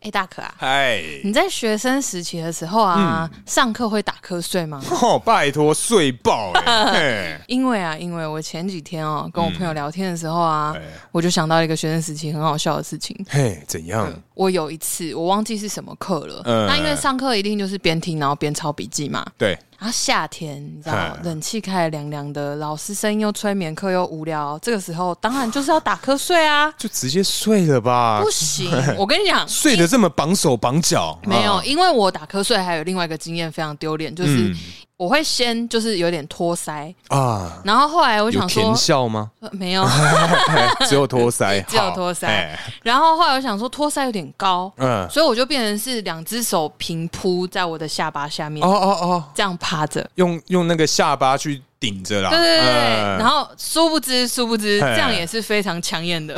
哎，大可啊，嗨，你在学生时期的时候啊，嗯上课会打瞌睡吗？ 哦，拜托，睡爆哎、因为啊，因为我前几天哦，跟我朋友聊天的时候啊，嗯哎我就想到一个学生时期很好笑的事情。嘿，嘿，怎样？我有一次我忘记是什么课了，嗯那因为上课一定就是边听然后边抄笔记嘛。对，然后夏天，你知道嗨，，冷气开得凉凉的，老师声音又催眠，课又无聊，这个时候当然就是要打瞌睡啊就直接睡了吧不，行！我跟你 讲，睡得这么绑手绑脚， 没有，啊嗯因为我打瞌睡还有另外一个经验非常丢脸，就是我会先就是有点托腮，啊？然后后来我有想说甜笑吗？ 呃 没有，嘿只有托腮， 只有好托腮嘿然后后来我想说托腮有点高，嗯，所以我就变成是两只手平铺在我的下巴下面，哦哦哦，这样趴着。用用那个下巴去顶着啦，对对对，对嗯然后殊不知殊不知，嘿这样也是非常抢眼 的。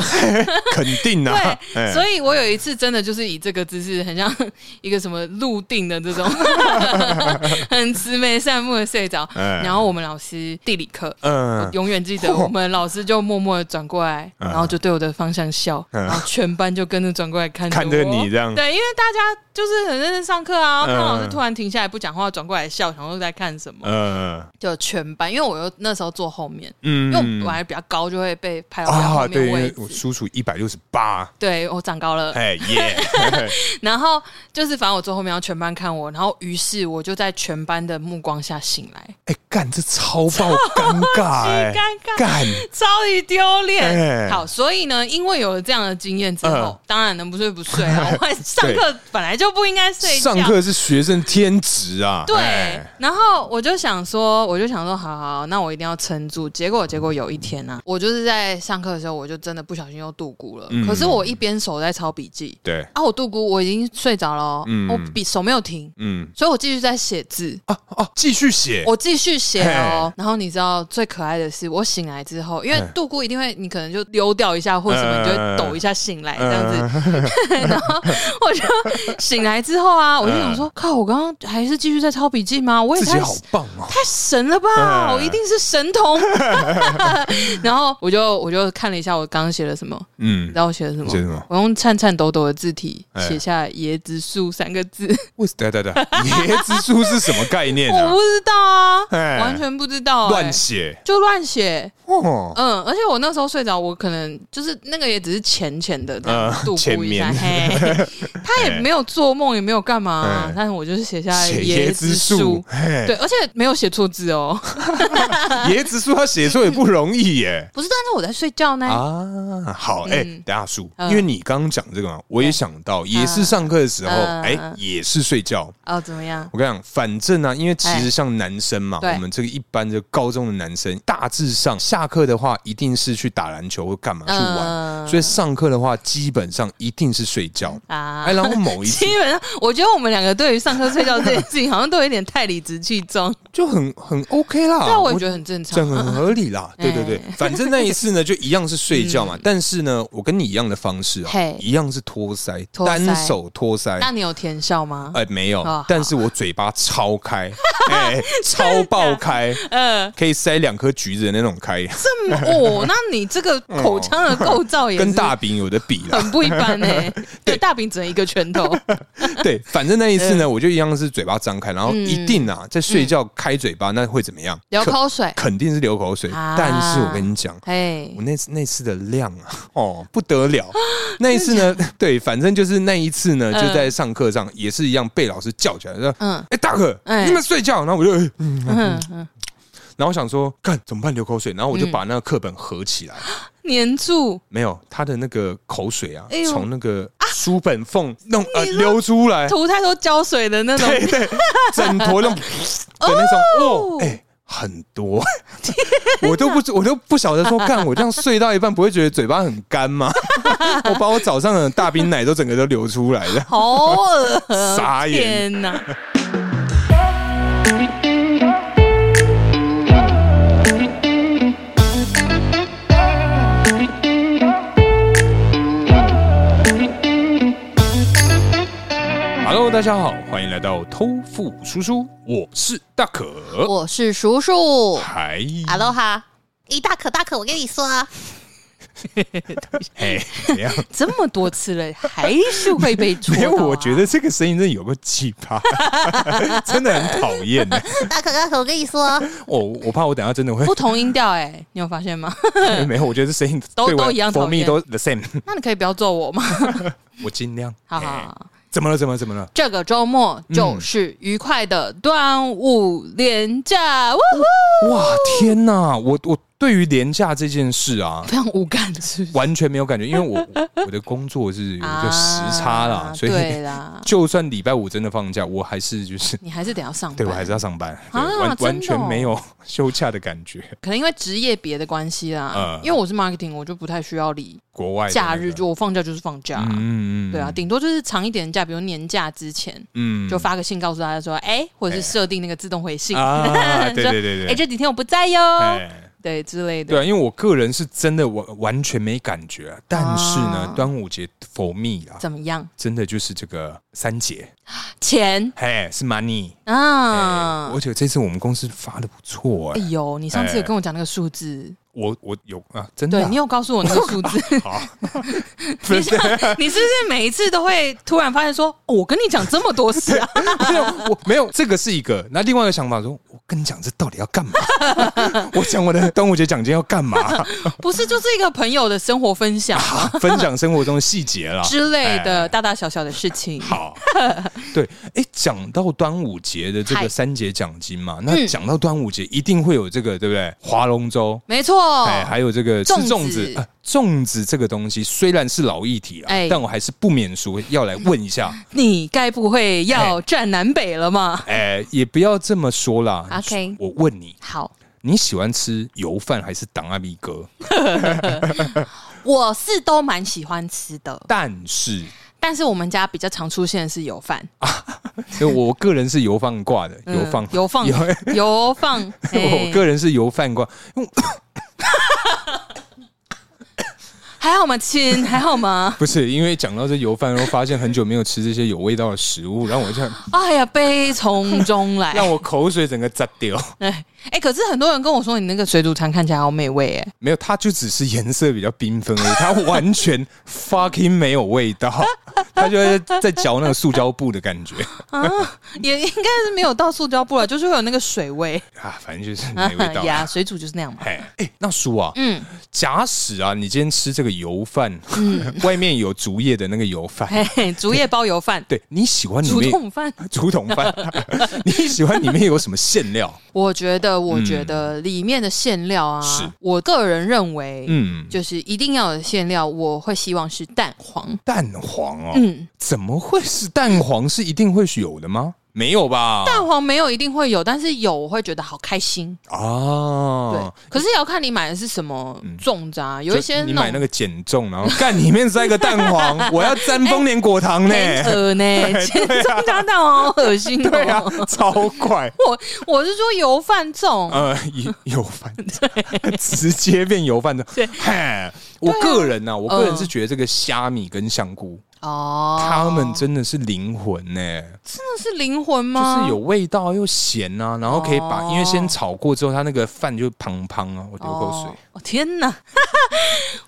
肯定啊，对，所以我有一次真的就是以这个姿势，很像 一个什么入定的这种， 很慈眉善目的睡着。嗯然后我们老师地理课，我嗯，永远记得我们老师就默默的转过来，嗯然后就对我的方向笑，嗯然后全班就跟着转过来看看着我你这样对，因为大家就是很认真上课啊，嗯看老师突然停下来不讲话，转过来笑，想说在看什么，嗯就全班，因为我又那时候坐后面，因为嗯我本来比较高，就会被拍到比较啊，后对，面因位为置。我叔叔一百六十八，对我长高了，哎 耶， 然后就是反正我坐后面，然后全班看我，然后于是我就在全班的目光下醒来，哎干，这超爆尴尬哎，尴尬干，超级丢脸。哎好，所以呢，因为有了这样的经验之后，嗯当然能不睡不睡 啊。我上课本来就不应该睡觉。上课是学生天职啊，对哎，然后我就想说，我就想说，好好，好那我一定要撑住。结果，结果有一天呢、啊，我就是在上课的时候，我就真的不小心又度孤了。嗯可是我一边手在抄笔记，对，啊，我度孤，我已经睡着了哦，嗯我笔手没有停，嗯，所以我继续在写字。啊啊，继续写， 我继续写哦。然后你知道最可爱的是，我醒来之后，因为嘿度孤一定会，你可能就溜掉一下或什么，嗯你就会抖一下醒来这样子。 然后我就醒来之后啊，我就想说，靠，我刚刚还是继续在抄笔记吗？我也嗯自己太好棒哦，太神了吧！嗯我一定是神 童。然后我就我就看了一下我刚刚写了什么，你嗯知，道我写了什么？写什么我用颤颤抖抖的字体哎写下“椰子树”三个字。为什 么？对对对，椰子树是什么概念我啊不？知道啊，哎完全不知道、哎乱写就乱写，哦，嗯，而且我那时候睡着，我可能就是那个也只是浅浅的这样嗯度过一下，浅嘿，他也没有做梦，也没有干嘛、 嗯但是我就是写下写椰子树树，，嘿 对，而且没有写错字哦，椰子树他写错也不容 易耶。 不是，但是我在睡觉呢，啊，好，哎、哎嗯等一下叔，嗯因为你刚刚讲这个嘛，我也想到，也是上课的时候，嗯哎、嗯也是睡觉。哦，怎么样？我跟你讲，反正呢、啊，因为其哎实像男生嘛，对我们这个一般的高中的男生，大致上下课的话，一定是去打篮球或干嘛去玩，嗯所以上课的话，基本上一定是睡觉。啊哎，然后 某一次基本上，我觉得我们两个对于上课睡觉这件事情，好像都有点太理直气 壮。就很很 OK 啦，但我也觉得很正这常样。很合 理啦，对对对哎，嗯反正那一次呢，就一样是睡觉嘛，但是呢，我跟你一样的方式啊嘿，一样是托腮，托腮单手托腮，那你有甜笑吗？哎，没有哦，但是我嘴巴 超开，哎，超爆开，呃，可以塞两颗橘子的那种开， 这么哦，那你这个口腔的构造也是 跟大饼有的比啦。 很不一般呢、对，大饼只能一个拳头。 对，反正那一次嗯呢，我就一样是嘴巴张开，然后一定啊，在睡觉开嘴巴，那会怎么样？嗯流肯口水肯定是流口水啊，但是我跟你讲。 嘿我，那次那次的量 啊，哦，不得了！那一次呢，对，反正就是那一次呢，嗯就在上课上也是一样被老师叫起来，说：“嗯嗯，哎，大可，哎你们睡觉。”然后我就，哎嗯，嗯嗯，然后想说，干怎么办？流口水。然后我就把那个课本合起来，黏住，没有他的那个口水啊哎，呦从那个书本缝弄呃你说流出来，涂太多胶水的那种，对对，枕头那种的那种，哦，哎，很多。我都不，我都不晓得说，干我这样睡到一半，不会觉得嘴巴很干吗？我把我早上的大冰奶都整个都流出来了。 好恶 傻眼天哪！ Hello，大家好，欢迎来到偷富叔叔，我是大可。 我是叔叔嗨，哈喽哈，一大可大可，我跟你说，哎，怎样？这么多次了，还是会被戳没到、有，啊。我觉得这个声音真的有个奇葩，真的很讨厌呢。大可大可，我跟你说，我我怕我等下真的会不同音调哎、你有发现吗？ 没有，我觉得这声音都对我都一样讨 for 厌 me 都 the same。那你可以不要揍我吗？ 我尽量。好好好，怎么了？怎么了？怎么了？这个周末就是愉快的端午连假，哇哇，天哪！我我对于廉价这件事啊， 非常无感，是不是？完全没有感觉，因为我 我的工作是有一个时差啦，啊所以对啦， 就算礼拜五真的放假，我还是 就是。你还是得要上班，对，我还是要上班，对啊完真的完全哦没有 休假的感觉。可能因为职业别的关系啦，嗯因为我是 marketing，我就不太需要理国外的假那个日，就我放假就是放假，嗯对啊，顶多就是长一点的假，比如年假之前嗯就发个信告诉大家说，哎、或者是设定那个自动回信， 啊，对说对对哎、哦对，这几天我不在哟，哎，对之类对的，啊，因为我个人是真的完完全没感觉啊，但是呢啊，端午节 for me 啊，怎么样？真的就是这个三节，钱嘿，是 money，哎啊，而且这次我们公司发的不错哎哎，呦，你上次有哎跟我讲那个数字，我我有啊，真的对啊你有告诉我那个数字， 好， 你是你是不是每一次都会突然发现说，哦我跟你讲这么多事 啊？没有，我没有，这个是一个。那另外一个想法说，我跟你讲，这到底要干 嘛？我讲我的端午节奖金要干嘛？ 不是，就是一个朋友的生活分享啊分享生活中的细节啦。之类哎的大大小小的事情。 好，对，哎，讲到端午节的这个嗨三节奖金嘛，嗯那讲到端午节一定会有这个，对不对？划龙舟，没错，哎，还有这个吃粽哦粽子子，啊粽子这个东西虽然是老议题啊哎，但我还是不免俗要来问一下，你该不会要站南北了吗？哎，也不要这么说啦。 OK 我问你，好，你喜欢吃油饭还是党阿米哥？我是都蛮喜欢吃的，但是，但是我们家比较常出现的是油饭、因为我个人是油饭挂的，嗯啊油饭，油 放、油油放。 我哎个人是油饭挂，哎还好吗，亲？还好吗？不是因为讲到这油饭，然后发现很久没有吃这些有味道的食物，然后 我就哎呀，悲从中来。让我口水整个炸掉。哎哎，可是很多人跟我说，你那个水煮餐看起来好美味哎。没有，它就只是颜色比较缤纷而已，它完全 fucking 没有味道，它就在在嚼那个塑胶布的感觉也应该是没有到塑胶布了， 就是会有那个水味。啊，反正就是没味道。 呀，水煮就是那样嘛。哎哎，那叔啊，嗯，假使啊，你今天吃这个油饭，嗯 外面有竹叶的那个油饭，嘿嘿，竹叶包油饭、对 你喜欢里哎竹面筒饭，竹筒 饭，你喜欢里面有什么馅料？我觉得，我嗯觉得里面的馅料啊，是我个人认为，嗯，就是一定要有的馅料，我会希望是蛋黄。蛋黄哦，嗯，怎么会是蛋黄？是一定会是有的吗？没有吧？蛋黄没有一定会有，但是有我会觉得好开心。啊，对，可是要看你买的是什么粽子啊，有嗯就一些你那买那种个减重，然后干里面塞个蛋 黄，我要沾丰年果糖呢。哎 很恶呢，其实 中加蛋黄好恶心对啊哦。，超怪。我 我是说油饭粽，呃， 油油饭， 直接变油饭的。对嘿，我个人呢、啊，我个人嗯是觉得这个虾米跟香菇，哦，他们真的是灵魂呢、真的是灵魂吗？就是有味道又咸啊，然后可以把，哦因为先炒过之后，它那个饭就胖胖啊，我流口水。哦哦天哪！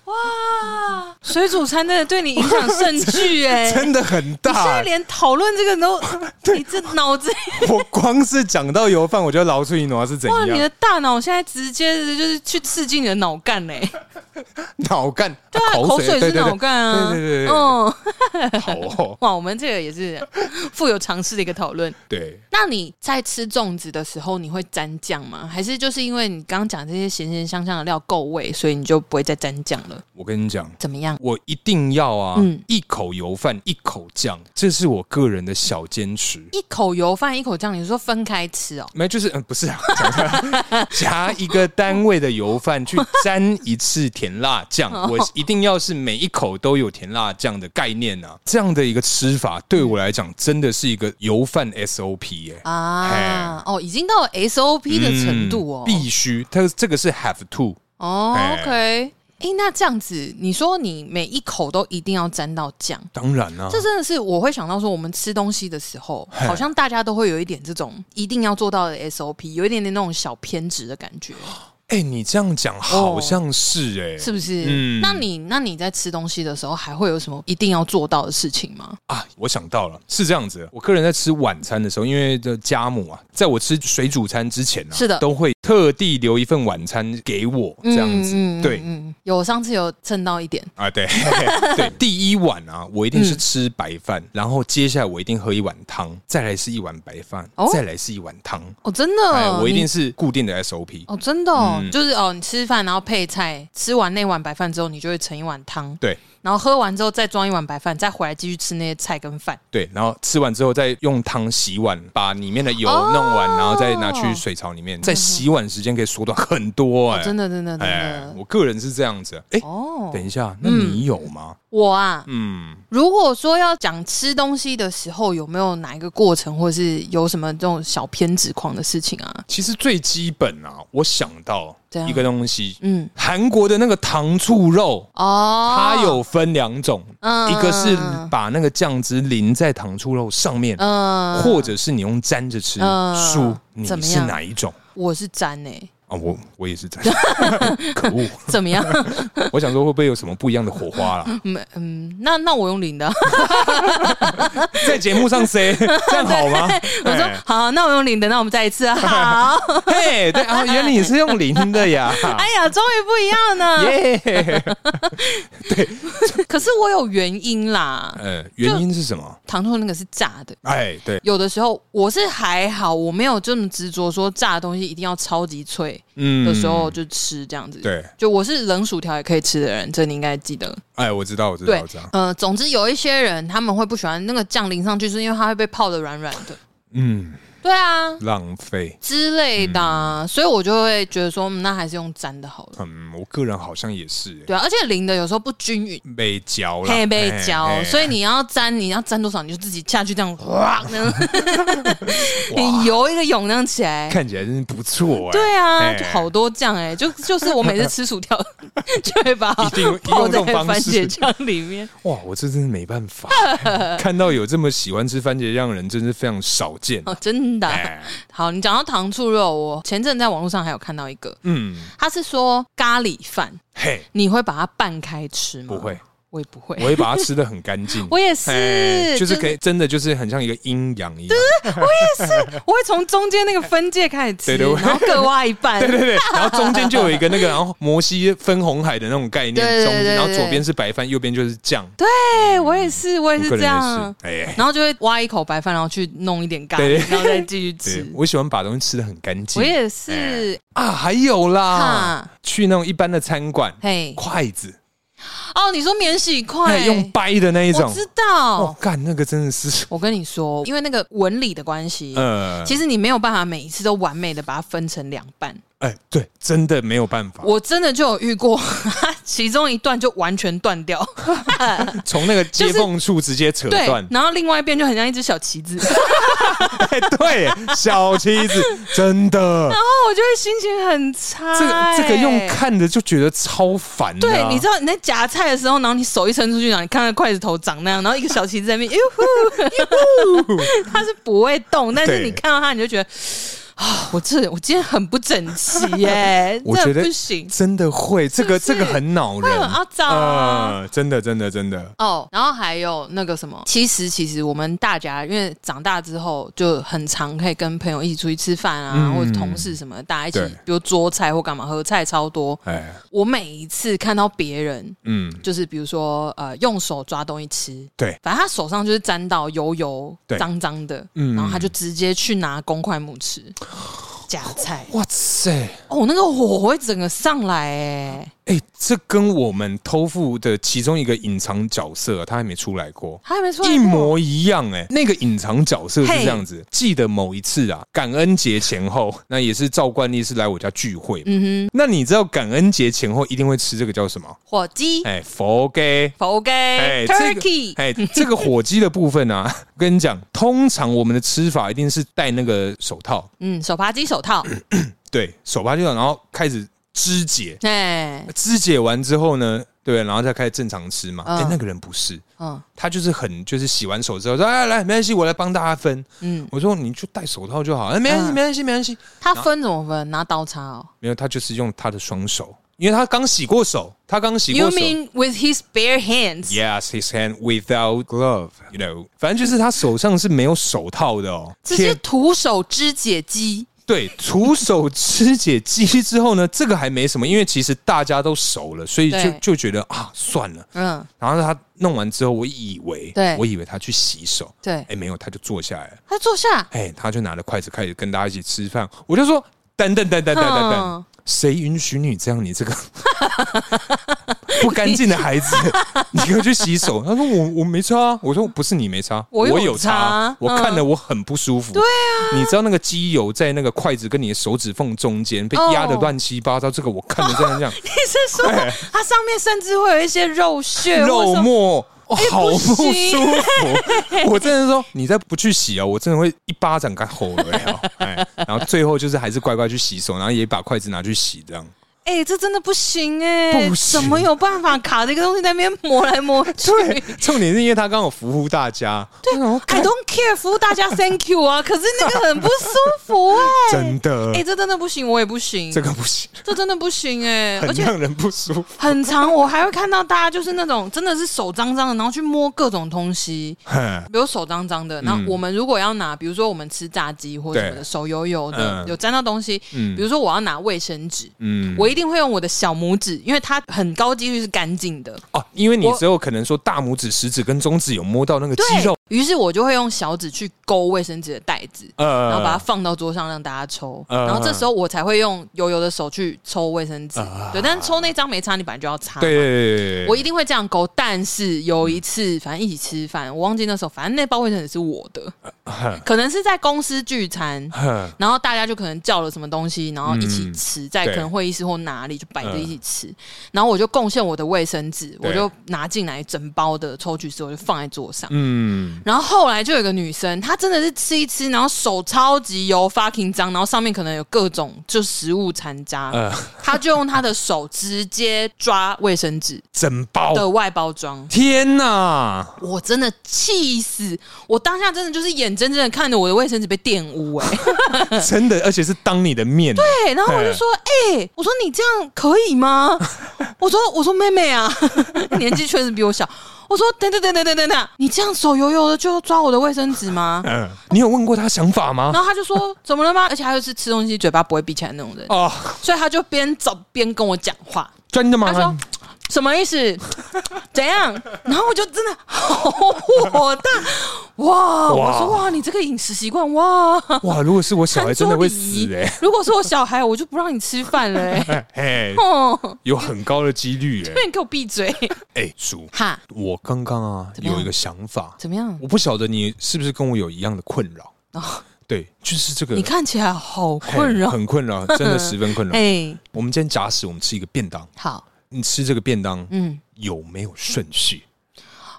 哇，水煮餐真的对你影响甚巨哎、 真的很你现大在，连讨论这个 都，你这脑子我光是讲到油饭，我就捞出一挪是怎哇，你的样？大脑现在直接就是去刺激你的脑干哎、脑干，对啊，口水对是对脑对，干啊，对对对对对嗯，好哦，哇，我们这个也是富有常识的一个讨论。对，那你在吃粽子的时候，你会沾酱吗？还是就是因为你刚刚讲这些咸咸香香的料够味，所以你就不会再沾酱了？我跟你讲。怎么样？我一定要啊！嗯一口油饭，一口酱，这是我个人的小坚持。一口油饭，一口酱，你是说分开吃哦？没，就是嗯，不是啊， 讲错了夹一个单位的油饭去沾一次甜辣酱，哦我一定要是每一口都有甜辣酱的概念啊！这样的一个吃法对我来讲，真的是一个油饭 SOP 耶、啊，哦，已经到 SOP 的程度哦嗯。必须，它这个是 have to，哦哎，OK，哎、那这样子，你说你每一口都一定要沾到酱，当然啊啦、这真的是我会想到说，我们吃东西的时候，好像大家都会有一点这种一定要做到的 SOP，有一点点那种小偏执的感觉。哎，你这样讲好像是哎，是不是？嗯那你那你在吃东西的时候，还会有什么一定要做到的事情吗？啊，我想到了，是这样子。我个人在吃晚餐的时候，因为这家母啊，在我吃水煮餐之前啊，是的都会特地留一份晚餐给我，这样子。嗯对嗯，有上次有蹭到一点，啊，对 对，第一碗啊，我一定是嗯吃白饭，然后接下来我一定喝一碗汤，再来是一碗白饭，哦再来是一碗汤。哦，真的，哎，我一你定是固定的 SOP。哦，真的、哦嗯就是哦，你吃饭然后配菜，吃完那碗白饭之后，你就会盛一碗汤，对然后喝完之后再装一碗白饭，再回来继续吃那些菜跟饭。对，然后吃完之后再用汤洗碗，把里面的油弄哦完，然后再拿去水槽里嗯面，在洗碗时间可以缩短很多哎、哦真的，真的，真哎，的。我个人是这样子。哎，哦，等一下，那你有吗？我啊，嗯，如果说要讲吃东西的时候，有没有哪一个过程，或是有什么这种小偏执狂的事情啊？其实最基本啊，我想到怎样一个东西，嗯，韩国的那个糖醋肉，哦，它有分两种，嗯一个是把那个酱汁淋在糖醋肉上面，嗯或者是你用沾着吃。嗯叔，你怎么是样哪一种？我是粘呢、啊，我我也是沾， 可恶！怎 么样？我想说会不会有什么不一样的火花 啦？嗯嗯，那那我用零的，在节目上 塞，这样好吗？我说哎 好，那我用零的，那我们再一 次啊，好，嘿，对啊，原来你是用零的呀！ 哎呀，终于不一样呢。耶，可是我有原因啦，呃，原因是什么？糖醋那个是炸的。哎，对，有的时候我是还好，我没有这么执着说炸的东西一定要超级脆嗯的时候就吃这样子。，对，就我是冷薯条也可以吃的人，这你应该记得。哎，我知道，我知道，对我知道，，呃，总之有一些人他们会不喜欢那个酱淋上去，是因为它会被泡的软软的。嗯，对啊，浪费。之类的啊、所以我就会觉得说，嗯那还是用粘的好了。嗯，我个人好像也是对啊，而且淋的有时候不均匀，被嚼了，黑被嘿胶，嘿所以你要沾，你要沾多少，你就自己下去 这样， 哗，那样哇你游一个泳那样起来。看起来真是不错哎。对啊，哎就好多酱哎、就就是我每次吃薯条 就会把 一定一定 泡用这在种方番茄式，酱里 面。哇！我这真是没办法，哎 看到有这么喜欢吃番茄酱的人，真是非常少见。哦，真的啊、哎，好，你讲到糖醋肉，我前阵在网络上还有看到一个，嗯，他是说咖喱饭，嘿，你会把它拌开吃吗？不会，，我也不会我，会把它吃的很干 。净我也是哎，就是就是可以真的就是很像一个阴阳一样，我会从中间那个分界开始吃，对对对然后各挖一半。 对对对，然后中间就有一个那个，然后摩西分红海的那种概对对念，中对对然后左对边是白饭，右边就是酱，对我也是，我也是我个这人样。也是，哎，然后就会挖一口白饭，然后去弄一点咖对喱，然后再继续对吃。我喜欢把东西吃的很干净。我也是，啊，还有啦哈，去那种一般的餐馆，嘿，筷子，哦，你说免洗筷哎，，用掰的那一我种，知道哦。，干那个真的是，我跟你说，因为那个纹理的关系，呃，嗯其实你没有办法每一次都完美的把它分成两半。哎，对，真的没有办法，我真的就有遇过， 其中一段就完全断 掉，从那个接缝处直接扯对断，，然后另外一边就很像一只小旗子。哎，对，小妻子，真 的，然后我就会心情很差、这个这个用哎看的就觉得超烦的对啊，，你知道你在夹菜的时候，然后你手一伸出去，然后你看到筷子头长那样，然后一个小旗子在那边，哎 呦呼，它是不会动，但是对，你看到它，你就觉得啊，我这我今天很不整齐耶 我觉这得不行，真的会，这个是这不是个很恼人很阿杂啊。呃真的真的真的，哦，然后还有那个什么，其实其实我们大家因为长大之后就很常可以跟朋友一起出去吃饭啊，嗯或者同事什么的，大家一对起，比如桌菜或干嘛，合菜超多。哎，我每一次看到别人嗯，就是比如说呃，用手抓东西吃，对，反正他手上就是沾到油油对脏脏的，嗯然后他就直接去拿公筷母吃夹菜，哇塞。哦，那个火会整个上来哎，哎、这跟我们偷富的其中一个隐藏角色、他还没出来过。他还没出来一过模一样哎、那个隐藏角色是嘿这样子。记得某一次啊，感恩节前后， 那也是照惯例是来我家聚会。嗯那你知道感恩节前后一定会吃这个叫什么？哼，火鸡、哎、佛给。佛鸡、哎这个 turkey，哎，这个火鸡的部分啊， 我跟你讲，通常我们的吃法一定是戴那个手套，嗯，手扒鸡手 套，对手帕就然后开始肢解，哎，肢解完之后呢，对，然后再开始正常吃嘛。哎、嗯那个人不是，嗯他就是很就是洗完手之后说来来来，没关系，我来帮大家分。嗯，我说你就戴手套就好，哎，没关系，嗯没关系，没关系。他分怎么分？拿刀叉哦。没有，他就是用他的双手，因为他刚洗过手，他刚洗 You 过手。 mean with his bare hands？ Yes, his hand without glove. You know，反正就是他手上是没有手套的哦。这是天徒手肢解机。对，除手肢解肌之后呢，这个还没什么，因为其实大家都熟了，所以就对就觉得啊，算了。嗯，然后他弄完之后，我以为，对我以为他去洗手，对，哎，没有，他就坐下来了，他坐下。哎，他就拿着筷子开始跟大家一起吃饭。我就说，等等等等等等等，嗯，谁允许你这样？你这个 不干净的孩子，你给我去洗手。他说我我没擦、啊，我说不是你没擦，我有有擦我嗯看了我很不舒服。对啊，你知道那个机油在那个筷子跟你的手指缝中间被压的哦乱七八糟，这个我看了这样这样， 你是说哎它上面甚至会有一些肉屑或肉什么？末。哦好不哎不舒行服！ 我真的说，你再不去洗啊，我真的会一巴掌给吼了呀！哎，然后最后就是还是乖乖去洗手，然后也把筷子拿去洗，这样。哎、这真的不行哎、不行怎么有办法卡这个东西在那边磨来磨去对，重点是因为他刚好服务大家，对， ？I don't care，服务大 家，Thank you 啊，可是那个很不舒服哎、真的，哎、这真的不行，我也不行，这个不行，这真的不行哎、而很且让人不舒服。 很长，我还会看到大家就是那种真的是手脏脏的，然后去摸各种东西，哼比如手脏脏的，然后我们如果要拿，比如说我们吃炸鸡或什么的，嗯对手油油的，嗯有沾到东西，嗯比如说我要拿卫生纸，嗯，我一定会用我的小拇指，因为它很高几率是干净的。哦，因为你我只有可能说大拇指、食指跟中指有摸到那个对肌肉，于是，我就会用小指去勾卫生纸的袋子。呃然后把它放到桌上让大家抽，嗯然后这时候我才会用油油的手去抽卫生纸，对，但是抽那张没擦，你本来就要擦嘛。呃对对对对对，我一定会这样勾。但是有一次，反正一起吃饭，我忘记那时候，反正那包卫生纸是我的，呃哼可能是在公司聚餐，哼然后大家就可能叫了什么东西，然后一起嗯吃，在对可能会议室或哪里就摆着一起吃。然后我就贡献我的卫生纸，对我就拿进来整包的抽取式，我就放在桌上。嗯，然后后来就有一个女生，她真的是吃一吃，然后手超级油，fucking 脏，然后上面可能有各种就食物残渣，呃，她就用她的手直接抓卫生纸整包，的外包装。天哪！我真的气死！ 我当下真的就是眼睁睁的看着我的卫生纸被玷污、哎， 真的，而且是当你的面，对，然后我就说，哎、我说你这样可以吗？ 我说，我说妹妹啊， 年纪确实比我小。我说，等等等等等等等，你这样手油油的就要抓我的卫生纸吗？ 嗯，你有问过他想法吗？然后他就说，怎么了吗？而且他又是吃东西嘴巴不会闭起来那种人，哦，所以他就边走边跟我讲话。真的吗他？说什么意思？怎样？然后我就真的好火大，哇！我说哇，你这个饮食习惯哇， 哇，如果是我小孩，餐真桌的会礼死仪哎、。如果是我小孩，我就不让你吃饭了、欸。 欸，嘿，哦，有很高的几率哎、那你给我闭嘴！欸，哎、叔，哈，我刚刚啊怎么样有一个想法，怎么样？我不晓得你是不是跟我有一样的困扰。哦，对，就是这个你看起来好嘿困扰。很 困扰，真的十分困扰。哎，我们今天假使我们吃一个便当，好，你吃这个便当嗯，有没有顺序？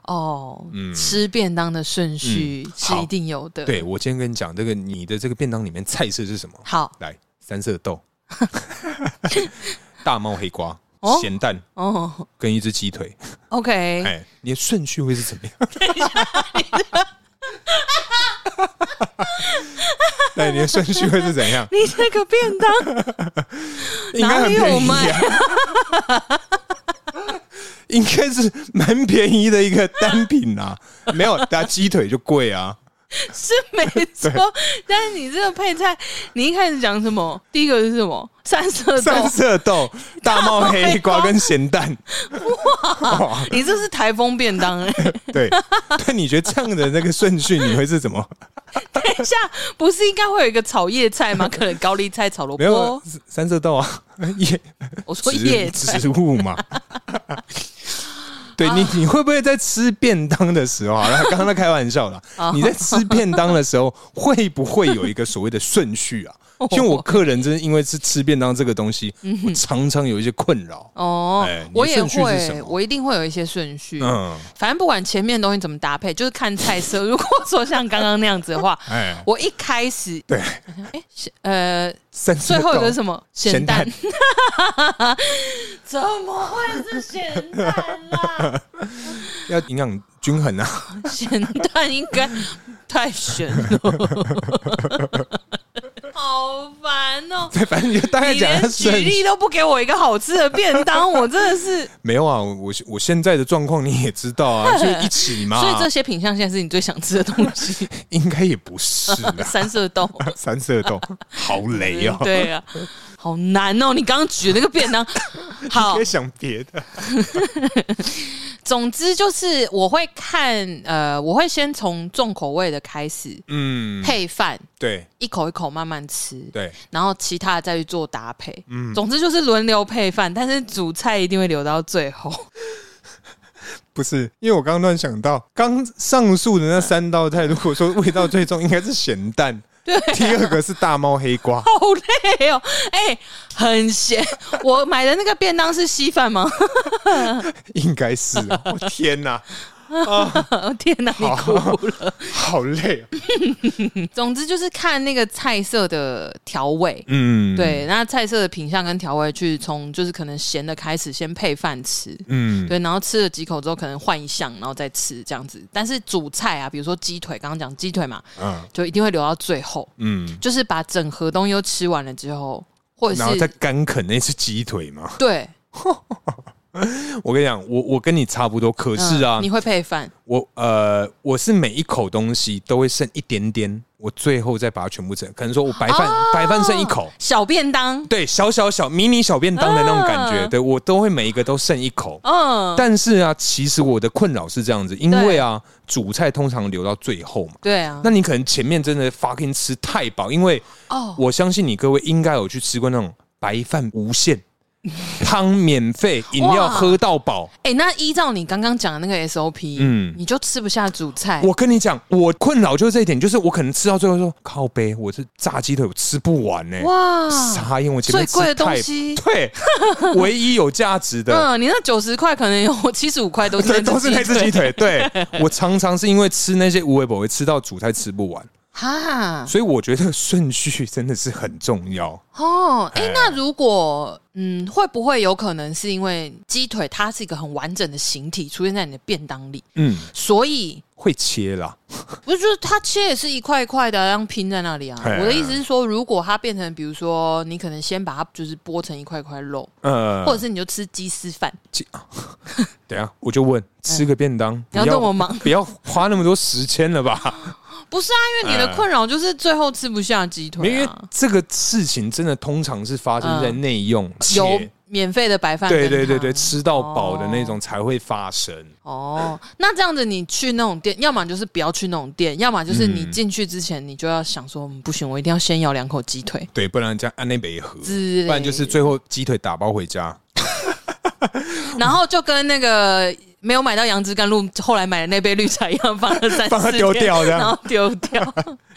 哦，嗯吃便当的顺序嗯是好一定有的。对，我今天跟你讲，这个你的这个便当里面菜色是什么？好，来，三色豆、 大帽黑瓜哦、咸蛋哦跟一只鸡腿。 ，OK，哎，你的顺序会是怎么 样？ 哎，你的顺序会是怎样？你这个便当 应该哪很里有便宜啊，应该是蛮便宜的一个单 品啊。没有，大家鸡腿就贵啊。是没 错，但是你这个配菜，你一开始讲什么？第一个是什么？三色豆三。色豆、大帽黑瓜跟咸蛋，哇，你这是台风便 当哎、 对。但你觉得这样的那个顺序，你会是怎么？等一下不是应该会有一个炒叶菜吗？可能高丽菜、炒萝没有卜。三色豆啊， 叶我说叶植菜，植物嘛。 对你，你会不会在吃便当的时候 啊？刚刚在开玩笑啦哦，你在吃便当的时候，会不会有一个所谓的顺 序啊？因为我个人真的因为是吃便当这个东西，嗯我常常有一些困扰。哦，哎你的我也顺序是什会，么我一定会有一些顺序。嗯，反正不管前面的东西怎么搭配，就是看菜色。 如果说像刚刚那样子的 话，哎，我一开始对，呃，三最色后一豆个是什么？咸咸蛋蛋。怎么会是咸蛋啦？ 要营养均衡啊。 咸蛋应该太咸了，好烦哦、对，反正你就大概你讲一下连举顺序。例都不给我一个好吃的便当，我真的是。 没有啊，我我我现在的状况你也知 道啊，就一起嘛。所以这些品相现在是你最想吃的东 西，应该也不是啊，三色 豆。三色豆好雷 哦。对啊，好难哦！你刚刚举那个便 当，好可以，想别的，总之就是我会看，呃，我会先从重口味的开始嗯，配饭，对一口一口慢慢吃，对，然后其他的再去做搭配。嗯总之就是轮流配饭，但是主菜一定会留到最后。 不是，因为我刚刚乱想到，刚上述的那三道菜，如果说味道最重，应该是咸 蛋，对，第二个是大猫黑瓜，好累哦，哎、很咸。我买的那个便当是稀饭吗？ 应该是 啊，我天哪，天哪，你哭了。 好累啊，总之就是看那个菜色的调味。嗯，，对，那菜色的品相跟调味去从就是可能咸的开始，先配饭吃，嗯，对，然后吃了几口之后可能换一项，然后再吃这样子。但是主菜啊，比如说鸡腿，刚刚讲鸡腿嘛，嗯就一定会留到最后，嗯，就是把整盒东西都吃完了之后，或者然后再是干啃那只鸡腿嘛，对，我跟你讲，我我跟你差不多，可是啊嗯，你会配饭，我呃，我是每一口东西都会剩一点点，我最后再把它全部整，可能说我白饭、哦白饭剩一口，小便当，对，小小小迷你小便当的那种感觉，嗯对我都会每一个都剩一口。嗯，但是啊，其实我的困扰是这样子，因为啊，主菜通常留到最后嘛。对啊，那你可能前面真的 fucking 吃太饱，因为哦，我相信你各位应该有去吃过那种白饭无限汤免费，饮料哇喝到饱。哎、那依照你刚刚讲的那个 SOP，嗯嗯，你就吃不下主菜，我跟你讲，我困扰就是这一点，就是我可能吃到最后说靠背，我这炸鸡腿我吃不完呢、哇，傻眼！我前面最贵的吃太东西 对，唯一有价值的，嗯，你那九十块可能有七十五块都是 对，都是那那只 鸡，腿。对我常常是因为吃那些无味我会吃到主菜吃不完，哈，所以我觉得顺序真的是很重要。哦，哎、哎那如果嗯，会不会有可能是因为鸡腿它是一个很完整的形体出现在你的便当里，嗯，所以会切啦，不是就是它切也是一块一块的，这样拼在那里啊？哎我的意思是说，如果它变成，比如说你可能先把它就是剥成一块块肉，呃，或者是你就吃鸡丝饭，等一下我就问，吃个便当，嗯你要那么忙 不要花那么多时间了吧？不是啊？因为你的哎困扰就是最后吃不下鸡因腿为啊，这个事情真的通常是发生在嗯内用，有且免费的白饭，啊对对对对，。吃到饱的那种才会发生。哦，那这样子你去那种店，要么就是不要去那种店，要么嗯就是你进去之前你就要想说，嗯不行，我一定要先咬两口鸡腿对，不然这样按那北河，之类的，不然就是最后鸡腿打包回家。然后就跟那个没有买到杨枝甘露，后来买的那杯绿茶一样，放了三 放了四丢天掉这样然后丢 掉，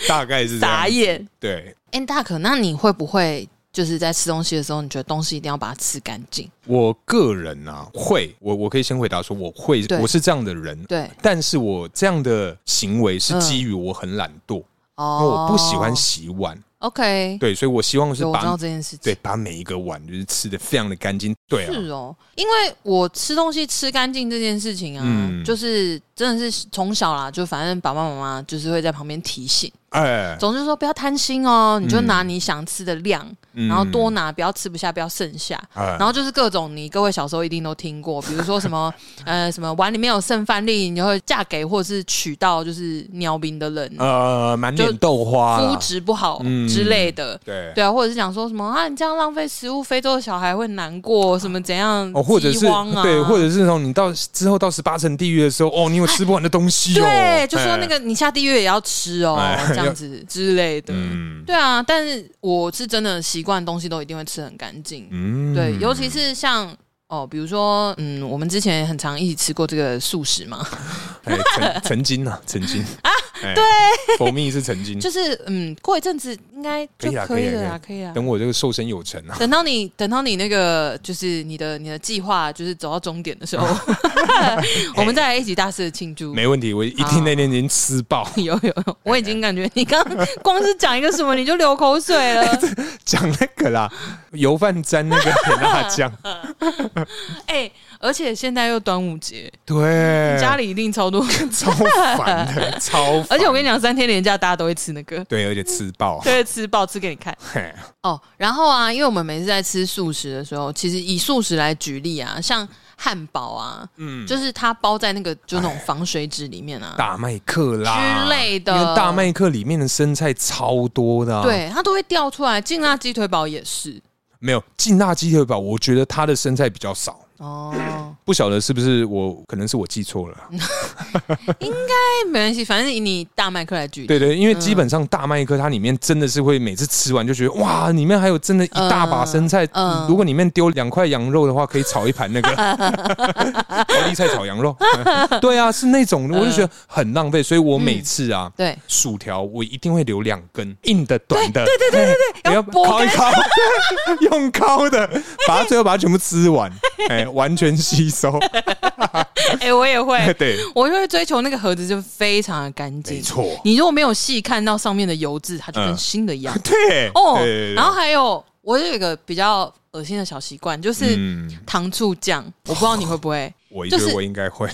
大概是这 傻样。眼。对哎、大可，那你会不会就是在吃东西的时候，你觉得东西一定要把它吃干净？我个人啊，会，我我可以先回答说，我会，对我是这样的人。对，嗯但是我这样的行为是基于我很懒惰，因为哦，我不喜欢洗碗， OK，对，所以我希望是有我知道把这件事情。对把每一个碗就是吃的非常的干净，对啊，是哦，因为我吃东西吃干净这件事情啊，嗯就是真的是从小啦，就反正爸爸妈妈就是会在旁边提醒，哎，总是说不要贪心哦，你就嗯拿你想吃的量，嗯啊然后多，拿，不要吃不下，不要剩下。然然后就是各种你各位小时候一定都听过，比如说什么 呃什么碗里面有剩饭粒，你就会嫁给或者是娶到就是鸟兵的人，呃，满就脸豆花啦肤质不好嗯之类的。对对啊，或者是讲说什么啊，你这样浪费食物，非洲的小孩会难过，什么怎样哦，或者是、饥荒啊，对，或者是那种你到之后到十八层地狱的时候，哦，你有吃不完的东西哦，对，就说那哎，个你下地狱也要吃哦哎，这样子之类的。嗯对啊，但是我是真的习惯东西都一定会吃很干净。嗯对，尤其是像哦，比如说嗯，我们之前很常一起吃过这个素食嘛，哎 曾曾经啊，曾经啊，对，佛蜜是曾经，就是嗯，过一阵子应该就可以啦啊可以可以了啦啦，可以啊啦。等我这个瘦身有成啊，等到你等到你那个就是你的你的计划就是走到终点的时 候，我们再来一起大肆的庆祝。没问题，我一定那天已经吃爆。 有有有，我已经感觉你刚刚光是讲一个什么你就流口水 了。讲那个啦，油饭沾那个甜辣酱，啊 哎、而且现在又端午节，对，家里一定超 多。超烦的，超烦。而且我跟你讲，三天连假大家都会吃那个，对，而且吃爆，都会吃爆吃给你看。嘿 哦，然后啊，因为我们每次在吃素食的时候，其实以素食来举例啊，像汉堡啊，嗯，就是它包在那个就那种防水纸里面 啊，大麦克啦之类的因为大麦克里面的生菜超多的、啊，，对，它都会掉出来。劲辣鸡腿堡也是没有劲辣鸡腿堡，我觉得它的生菜比较少。哦，不晓得是不是我，可能是我记错了。哎，没关系，反正以你大麦克来举例，对对，因为基本上大麦克它里面真的是会每次吃完就觉得哇，里面还有真的一大把生菜。嗯嗯如果里面丢两块羊肉的话，可以炒一盘那个 高丽菜炒羊 肉。对啊，是那种，我就觉得很浪费，所以我每次啊，对，薯条我一定会留两根，硬的、短的，对对对对 对，你要要剥敲一敲， 用敲的，把它最后把它全部吃完，哎，完全吸收， 哎、我也会， 对，我就会追求那个盒子就非常的干没净。错，你如果没有细看到上面的油渍，它就跟嗯新的一样。对，哦 对对对，然后还有我有一个比较恶心的小习惯，就是嗯糖醋酱，我不知道你会不 会，我就觉是得我应 该会，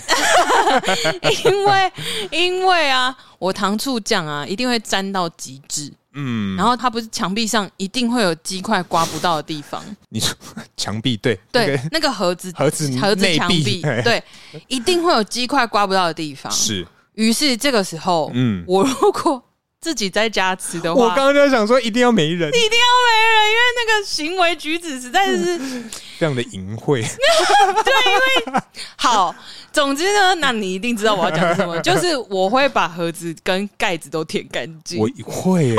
因为因为啊，我糖醋酱啊一定会沾到极致。嗯，然后它不是墙壁上一定会有鸡块刮不到的地方，你说墙壁对对那个，那个盒子盒子盒子内墙壁壁 嘿，对，一定会有鸡块刮不到的地方。是，于是这个时候，嗯，我如果自己在家吃的话，我刚刚就想说一定要没人一定要没人，因为那个行为举止实在是、 这样的淫秽，好。总之呢，那你一定知道我要讲什么， 就是我会把盒子跟盖子都舔干净 我。会 耶，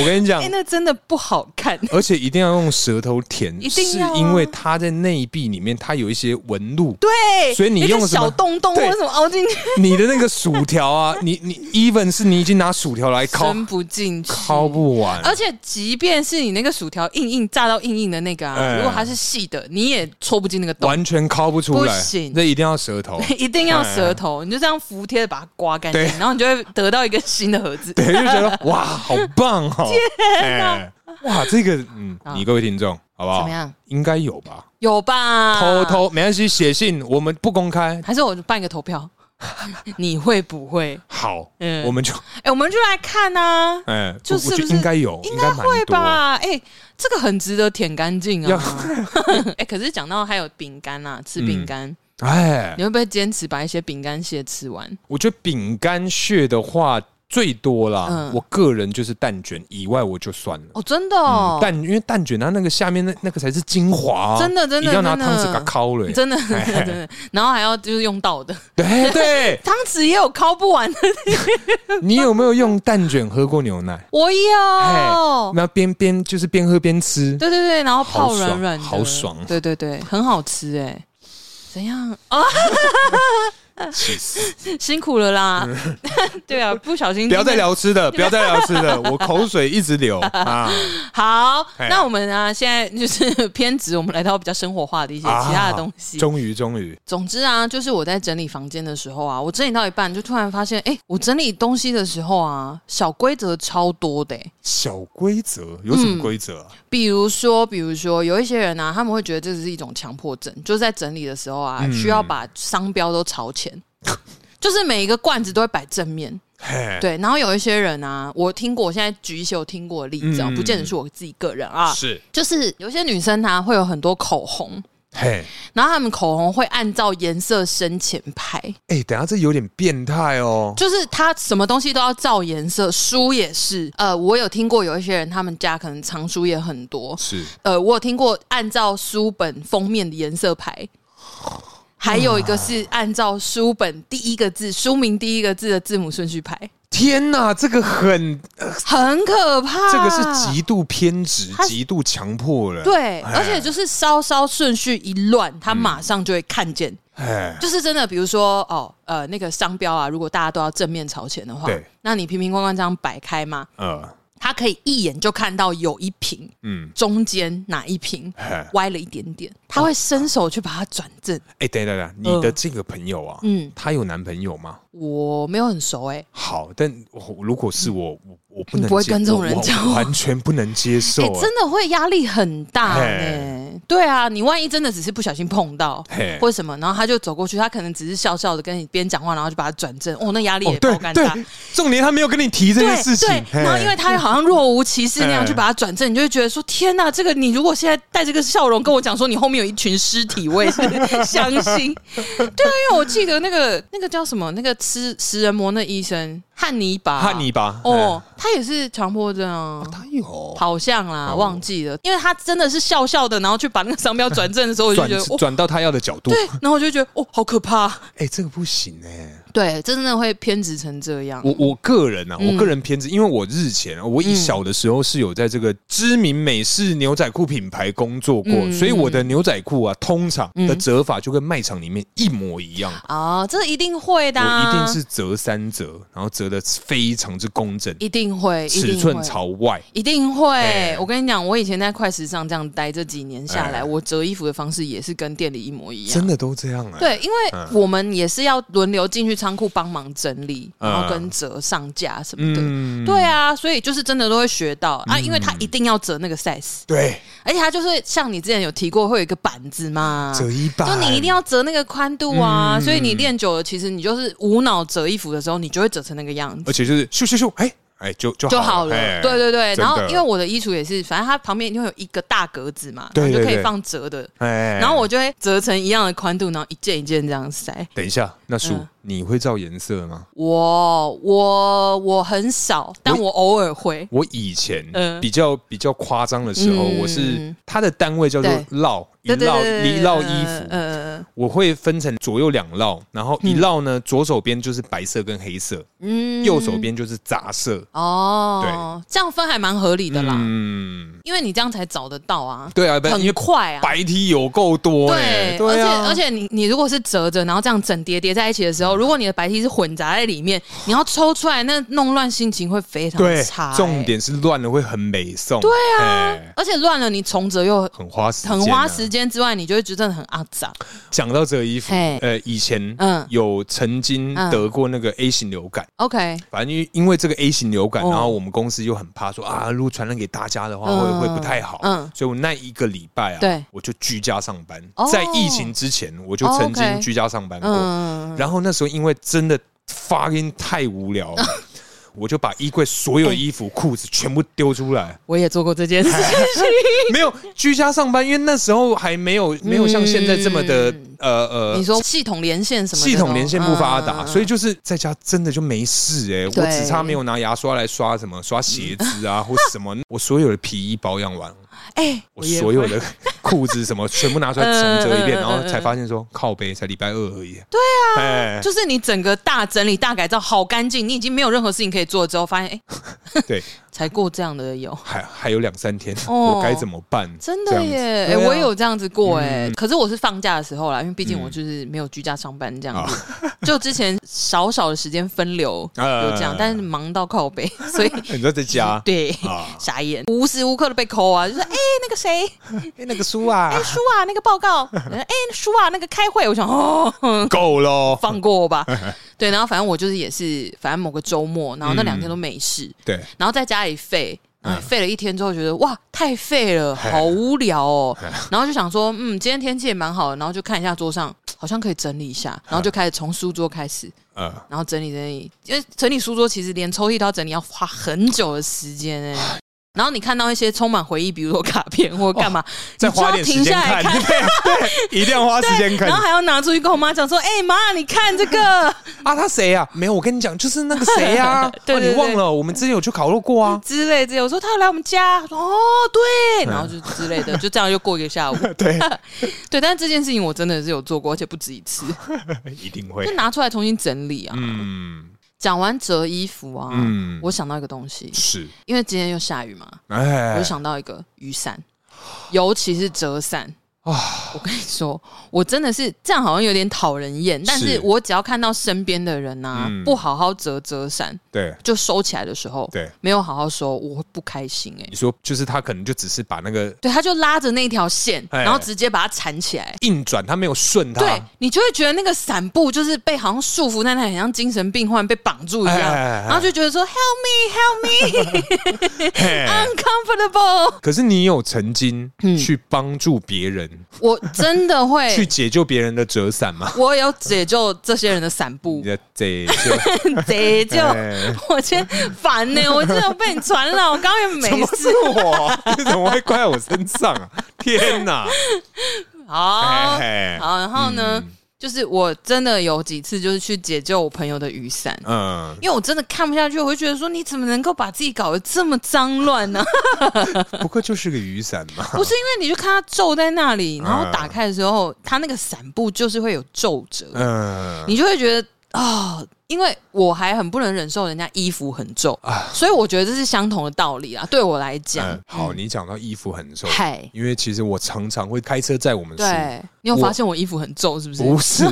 我跟你讲哎、。那真的不好 看。而且一定要用舌头舔，一定要啊是因为它在内壁里面，它有一些纹路，对，所以你那个用什么小洞洞或对者什么凹进去，你的那个薯条啊， 你你 even 是你已经拿薯条来烤伸不进去，烤不完， 而且，即便是你那个薯条硬硬炸到硬硬的那个啊，哎如果它是细的，你也戳不进那个洞，完全烤不出不来行，那一定要舌头。 一定要舌头，你就这样服帖的把它刮干净哎对，然后你就会得到一个新的盒子。对，就觉 得哇，好棒哦！天哇，这个嗯啊，你各位听众好不好？怎么样？啊应该有吧？有吧？偷偷没关系，写信我们不公开。还是我办一个投票， 你会不会？好，嗯我们就哎、我们就来看啊，哎，我就是我觉不得是应该有，应应该该蛮会多。吧？哎、这个很值得舔干净要啊。 哎、可是讲到还有饼干啊，吃饼干，哎你，会不会坚持把一些饼干屑吃完？我觉得饼干屑的话最多啦嗯，我个人就是蛋卷以外我就算了。哦，真的哦嗯，蛋，因为蛋卷它那个下面那那个才是精华啊，真的真的一定要拿真的汤匙给它敲了耶。真的哎 真的，然后还要就是用到的对对，汤匙也有抠不 完的， 你有没有用蛋卷喝过牛奶？我有。那边边就是边喝边吃，哦对对对，然后泡好爽软软的，好爽对对对，很好吃哎、怎样？哦，气死！辛苦了啦。 对 啊，不小心不要再今天聊吃的，不要再聊 吃的，我口水一直流啊！好，哎那我们啊，现在就是偏执，我们来到比较生活化的一些啊其他的东西。终于，终于，总之啊，就是我在整理房间的时候啊，我整理到一半就突然发现，哎、我整理东西的时候啊，小规则超多的、欸诶小规则有什么规则啊？比如说，比如说，有一些人啊，他们会觉得这是一种强迫症，就是在整理的时候啊，嗯需要把商标都朝前，就是每一个罐子都会摆正面。嘿，对，然后有一些人啊，我听过，我现在举一些我听过的例子啊，嗯不见得是我自己个人啊，是就是有些女生她、会有很多口红，嘿，然后她们口红会按照颜色深浅排，哎，等一下这有点变态哦。就是她什么东西都要照颜色，书也是。呃，我有听过有一些人他们家可能藏书也很多，是呃，我有听过按照书本封面的颜色排。还有一个是按照书本第一个字、书名第一个字的字母顺序排，天哪，这个很，很可怕。这个是极度偏执啊他、极度强迫了。对，哎嗯而且就是稍稍顺序一乱，他马上就会看见。哎，就是真的，比如说哦，呃，那个商标啊，如果大家都要正面朝前的话对，那你瓶瓶罐罐这样摆开嘛，呃，他可以一眼就看到有一瓶嗯，中间哪一瓶哎、歪了一点点，他会伸手去把它转正。哎等一下等一下，你的这个朋友啊，嗯，她有男朋友吗？我没有很熟哎、好，但我如果是我，我我不能你不会接跟这种人我我交往完全不能接受、 哎、哎真的会压力很大嘿哎、对啊，你万一真的只是不小心碰到嘿或者什么，然后他就走过去，他可能只是笑笑的跟你边讲话，然后就把它转正，哦，那压力哦也，爆肝对大。对，重点他没有跟你提这件对事情，对，嘿然后因为他又好像若无其事那样嘿去把它转正，你就会觉得说：天哪，这个你如果现在带这个笑容跟我讲说你后面有一群尸体，我也是相 信。对啊，因为我记得那个那个叫什么，那个吃食人魔那医生汉尼拔，汉尼拔哦，，他也是强迫症啊。哎他有好像啦，哦忘记了，因为他真的是笑笑的，然后去把那个商标转正的时候，我就转觉得哦，转到他要的角度，对，然后我就觉得哦，好可怕， 哎，这个不行哎。对，真的会偏执成这样。我我个人嗯啊，我个人偏执，因为我日前啊我以小的时候是有在这个知名美式牛仔裤品牌工作过，嗯所以我的牛仔裤啊，通常的折法就跟卖场里面一模一样。啊，这一定会的、啊，我一定是折三折，然后折的非常之工整，一定会，一定尺会寸朝外。一定会。哎我跟你讲，我以前在快时尚这样待这几年下来，哎我折衣服的方式也是跟店里一模一样真。的都这样啊？，对，因为嗯我们也是要轮流进去仓库帮忙整理，嗯然后跟折上架什么的。嗯，对啊，所以就是真的都会学到啊，因为他一定要折那个 size，对，而且他就是像你之前有提过，会有一个板子嘛，折一半，嗯就你一定要折那个宽度啊，所以你练久了，其实你就是无脑折衣服的时候，你就会折成那个样子而。且就是咻咻咻，哎哎，就就就好了。哎对对对，真的然后因为我的衣橱也是，反正它旁边一定会有一个大格子嘛，对然后对就可以对放折的。哎，然后我就会折成一样的宽度，然后一件一件这样塞。等一下，那叔嗯你会照颜色吗？我我我很少，但我偶尔会。我以前嗯比较比较夸张的时候，嗯我是它的单位叫做对烙一对对烙对一对烙对衣呃服，呃，我会分成左右两烙，然后一烙呢，左手边就是白色跟黑色，嗯右手边就是杂色。哦，这样分还蛮合理的啦，嗯，因为你这样才找得到啊，对啊，不然因很为快啊。白 T 有够多哎，对，而对且啊，而且你你如果是折着，然后这样整叠叠在一起的时候，如果你的白 T 是混杂在里 面，你要抽出来，那弄乱心情会非常对差、，欸重。点是乱了会很美送，对啊，而且乱了，你重折又很花时间啊，很花时间之外，你就会觉得真的很肮脏。讲到这个衣服，嘿呃，以前嗯有曾经得过那个 A 型流感， OK，反正因为因为这个 A 型流感，哦然后我们公司又很怕说啊，如果传染给大家的话，嗯会会不太好，嗯所以我那一个礼拜啊，对我就居家上班哦，在疫情之前我就哦曾经 OK 居家上班过，嗯，然后那时候因为真的 fucking 太无 聊了，我就把衣柜所有衣服裤子全部丢 出来，我也做过这件 事。没有居家上班，因为那时候还没嗯有没有像现在这么的呃呃你说系统连线什么的都？系统连线不发达，哦嗯所以就是在家真的就没事哎、对我只差没有拿牙刷来刷什么刷鞋 子啊，或什么。我所有的皮衣保养完，哎，我也所有的裤子什么全部拿出来重折一遍， 嗯嗯嗯然后才发现说靠背才礼拜二而已。对啊，哎，就是你整个大整理、大改造，好干净，你已经没有任何事情可以做了之后，发现哎，对，才过这样的而已哦。还还有两三天，哦我该怎么办？真这的样子耶！哎、对啊我也有这样子过哎、可是我是放假的时候啦，因为毕竟嗯我就是没有居家上班这样子， 就之前少少的时间分流有呃哎这样，但是忙到靠 背，所以你说在家 对啊，傻眼，无时无刻的被抠啊，就是哎、那个 谁，哎那个书啊哎、，叔啊，那个报告， 哎、叔啊，那个开会，我想哦， 够咯。放过我吧。 对，然后反正我就是也是，反正某个周末，然后那两天都没事，对，然后在家里废，然嗯后废了一天之后，觉得哇太废了，好无聊哦。然后就想说，嗯，今天天气也蛮好的，然后就看一下桌上，好像可以整理一下，然后就开始从书桌开始，呃，然后整理整理，因为整理书桌其实连抽屉都要整理，要花很久的时间哎、然后你看到一些充满回忆，比如说卡片或干嘛，再你就哦花要点时停间下来 看，对，对一定要花时间看然后。还要拿出去跟我妈讲说：“哎、妈，你看这 个。啊，他谁啊？没有，我跟你讲，就是那个谁呀、啊 对对哦，你忘对。了，我们之前有去烤肉过 啊之类之类。”我说：“他要来我们家。”她说：“哦，对。”然后就之类的，就这样又过一个下午。 对，对，但是这件事情我真的是有做过，而且不止一次，一定就会。拿出来重新整理啊。嗯讲完折衣服啊，嗯，我想到一个东西，是，因为今天又下雨嘛，哎我就想到一个雨伞，尤其是折伞。啊我跟你说，我真的是这样，好像有点讨人厌。但是是我只要看到身边的人啊，嗯不好好折折伞对就收起来的时候，对，没有好好收，我会不开心哎、你说就是他可能就只是把那个对，他就拉着那条线，哎然后直接把它缠起来。硬转，他没有顺他，对你就会觉得那个伞布就是被好像束缚在那里，很像精神病患被绑住一样，哎哎哎哎然后就觉得说 “Help me, help me, 嘿啊 uncomfortable”。可是你有曾经嗯去帮助别人、 我真的去会，解救别人的折伞吗？ 我有解救这些人的伞布 你，的解救 解救哎。 我今天烦 呢、我真的被你传染，我刚刚也怎没么事是。我？你怎么会怪我身 上啊？天哪！好，哎好，然后呢，就是我真的有几次就是去解救我朋友的雨伞。嗯，因为我真的看不下去，我会觉得说，你怎么能够把自己搞得这么脏乱呢？不过就是个雨伞嘛。不是因为你就看它皱在那里，然后嗯打开的时候，它那个伞布就是会有皱褶，嗯，你就会觉得啊、因为我还很不能忍受人家衣服很皱，啊所以我觉得这是相同的道理啊。对我来讲，嗯好，你讲到衣服很皱，嗨，因为其实我常常会开车载我们市，对你有我发现我衣服很皱是不是？不是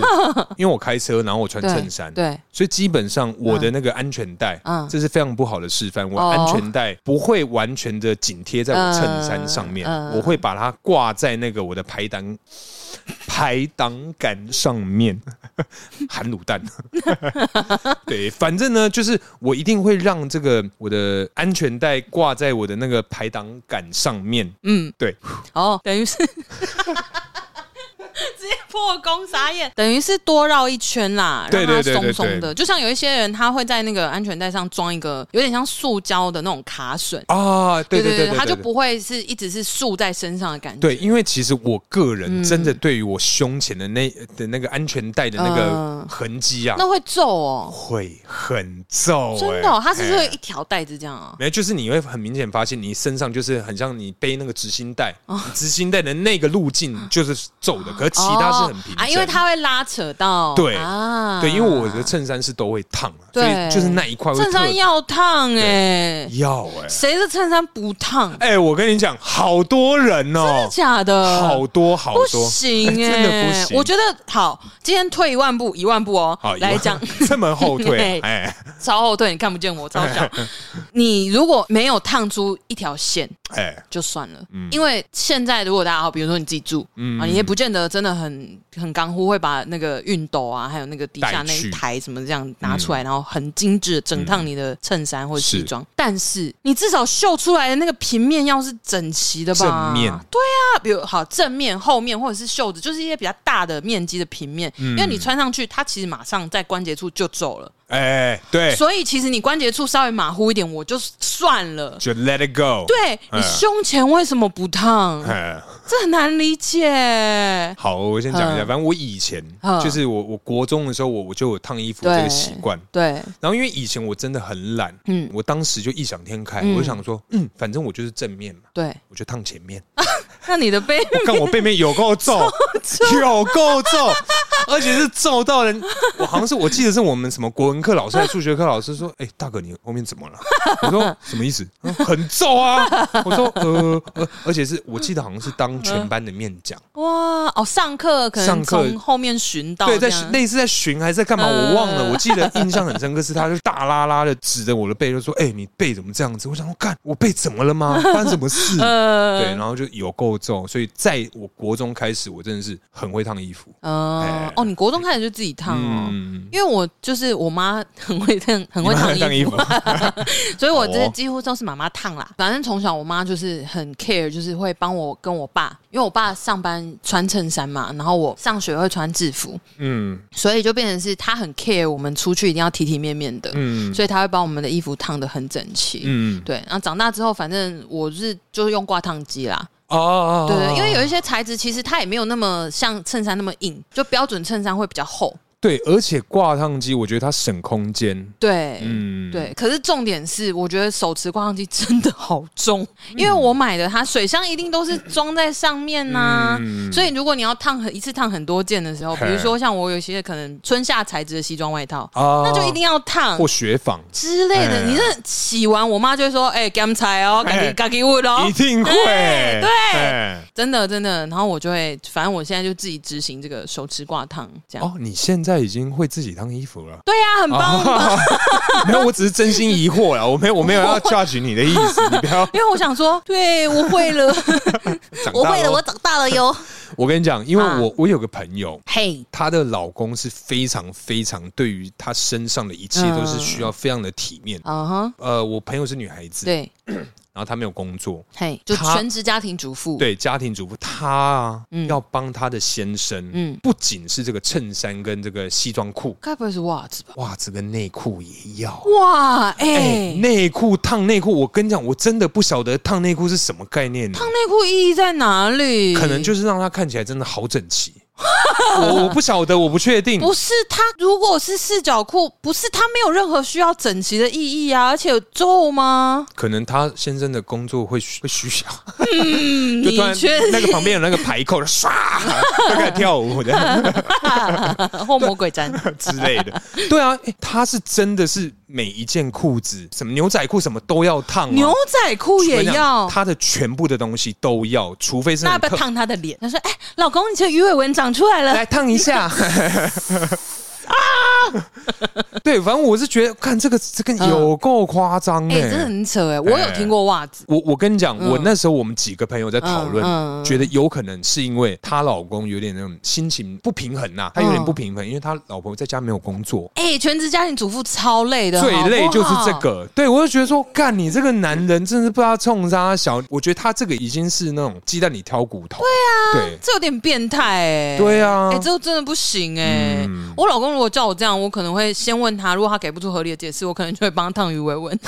因为我开车，然后我穿对衬衫，对，所以基本上我的那个安全带，嗯这是非常不好的示范。我哦安全带不会完全的紧贴在我衬衫上面，嗯嗯我会把它挂在那个我的排挡排挡杆上面， 含卤蛋。 对，反正呢，就是我一定会让这个我的安全带挂在我的那个排挡杆上面。嗯，对，哦，等于是 直接破功傻眼，等于是多绕一圈啦，对让它对对松对松的。对就像有一些人，他会在那个安全带上装一个有点像塑胶的那种卡榫，啊，对对对对，它就对不会是一直是束在身上的感觉。对，因为其实我个人嗯真的对于我胸前的那的那个安全带的那个嗯痕迹啊，那会皱哦，会很皱、欸，真的、哦，它是不是会哎一条带子这样啊？没有，就是你会很明显发现，你身上就是很像你背那个执行带，哦你执行带的那个路径就是皱的，可是其他是很平哦整、啊，因为它会拉扯到对啊，对，因为我的衬衫是都会烫啊，所对以就是那一块会衬特衫要烫哎、要哎、谁的衬衫不烫？哎、我跟你讲，好多人哦、假的，好多好不多， 行哎、哎真的不行我觉得好，今天退一万步，一万步哦，好来讲这 么后退，哎哎超后退，你看不见我，超 小。你如果没有烫出一条线，哎，就算了，因为现在如果大家好，比如说你自己住，嗯啊，你也不见得真的很很干乎，会把那个熨斗啊，还有那个底下带那去一台什么这样拿出来，然后很精致地整烫你的衬衫或者西嗯是装。但是你至少绣出来的那个平面要是整齐的吧？正面对啊，比如好正面、后面或者是袖子，就是一些比较大的面积的平面，嗯因为你穿上去，它其实马上在关节处就皱了，哎，对，所以其实你关节处稍微马虎一点，我就算了。就 let it go，对你嗯胸前为什么不烫？哎这很难理解。好，我先讲一下，嗯反正我以前嗯就是我我国中的时候，我我就有烫衣服对这个习惯。对，然后因为以前我真的很懒，嗯嗯，我当时就异想天开，嗯我就想说，嗯，反正我就是正面嘛，对，我就烫前面。那你的背， 我看我背面有 够皱，有够皱，而且是皱到人。我好像是我记得是我们什么国文课老师还是数学课老师说，哎、大哥你后面怎么了？我说什么意思？他说很皱啊！我说呃呃，而且是我记得好像是当全班的面讲。哇，哦，上课可能上课从后面寻到，对，在哦这样类似在巡还是在干嘛？呃我忘了。我记得印象很深刻是，他就大拉拉的指着我的背，就说：“哎、你背怎么这样子？”我想说，干，我背怎么了吗？发生什么事？ 呃对，然后就有够重，所以在我国中开始，我真的是很会烫衣服。呃哎，哦，你国中开始就自己烫哦。嗯，因为我就是我妈很会烫，很会烫你妈衣服，所以我这哦几乎都是妈妈烫啦。反正从小我妈就是很 care，就是会帮我跟我爸，因为我爸上班穿衬衫嘛，然后我上学会穿制服，嗯所以就变成是她很 care 我们出去一定要体体面面的，嗯所以她会把我们的衣服烫得很整齐。嗯，对，然后长大之后，反正我是就是用挂烫机啦，哦哦，哦对对，因为有一些材质其实它也没有那么像衬衫那么硬，就标准衬衫会比较厚，对，而且挂烫机，我觉得它省空间。对。嗯，对，可是重点是，我觉得手持挂烫机真的好重，嗯因为我买的它水箱一定都是装在上面呐、嗯所以如果你要烫很一次烫很多件的时候，比如嘿说像我有一些可能春夏材质的西装外套，啊那就一定要烫或雪纺，之类的。嘿你这哎洗完，我妈就会说：“哎、欸，干柴哦，赶紧嘿赶紧捂哦。”一定会对对哎真的真的。然后我就会，反正我现在就自己执行这个手持挂烫，这样。哦，你现在已经会自己烫衣服了。对呀、很棒，哦很棒。 没有，我只是真心疑惑了，我没有，我没有要 judge 你的意思，你不要 因为我想说，对我会了， 长我大会了，我了。长大了哟。 我跟你讲，因为啊我我有个朋友，嘿，她的老公是非常非常对于她身上的一切嗯都是需要非常的体面。嗯哼，呃，我朋友是女孩子，对，然后她没有工作，嘿，就他全职家庭主妇，，对家庭主妇，她啊、嗯要帮她的先生，嗯不仅是这个衬衫跟这个西装裤，该不会是袜子吧？哇，这个内裤也要。哇，哎、哎，内裤烫内裤，我跟你讲，我真的不晓得烫内裤是什么概念呢。烫内裤意义在哪里？可能就是让它看起来真的好整齐。我我不晓得，我不确定。不是它，如果是四角裤，不是它没有任何需要整齐的意义啊，而且有皱吗？可能他先生的工作会需会需要，就你突然确那个旁边有那个排扣，唰，就开始跳舞的啊后魔鬼毡， 之类的。对啊，诶他是真的是每一件裤子，什么牛仔裤什么都要烫、啊，牛仔裤也我跟你要讲。他的全部的东西都要，除非是那要很不要特哎烫他的脸？他说：“哎、老公，你这鱼尾纹长出来了 来。烫一 下。啊！ 对，反正我是觉得，看这个这个有够夸张嗯哎、哎，真的很扯哎、我有听过袜子，我我跟你讲，嗯我那时候我们几个朋友在讨论，嗯嗯嗯觉得有可能是因为她老公有点那种心情不平衡啊呐、她有点不平衡，因为她老婆在家没有工作，哎、全职家庭主妇超累的，最累就是好不好这。个。对我就觉得说，干你这个男人真是不知道冲啥小，我觉得他这个已经是那种鸡蛋里挑骨头。对啊，这有点变态哎、对对啊哎、，这真的不行哎、嗯我老公如果叫我这样，我可能会先问他，如果他给不出合理的解释，我可能就会帮他烫鱼尾纹。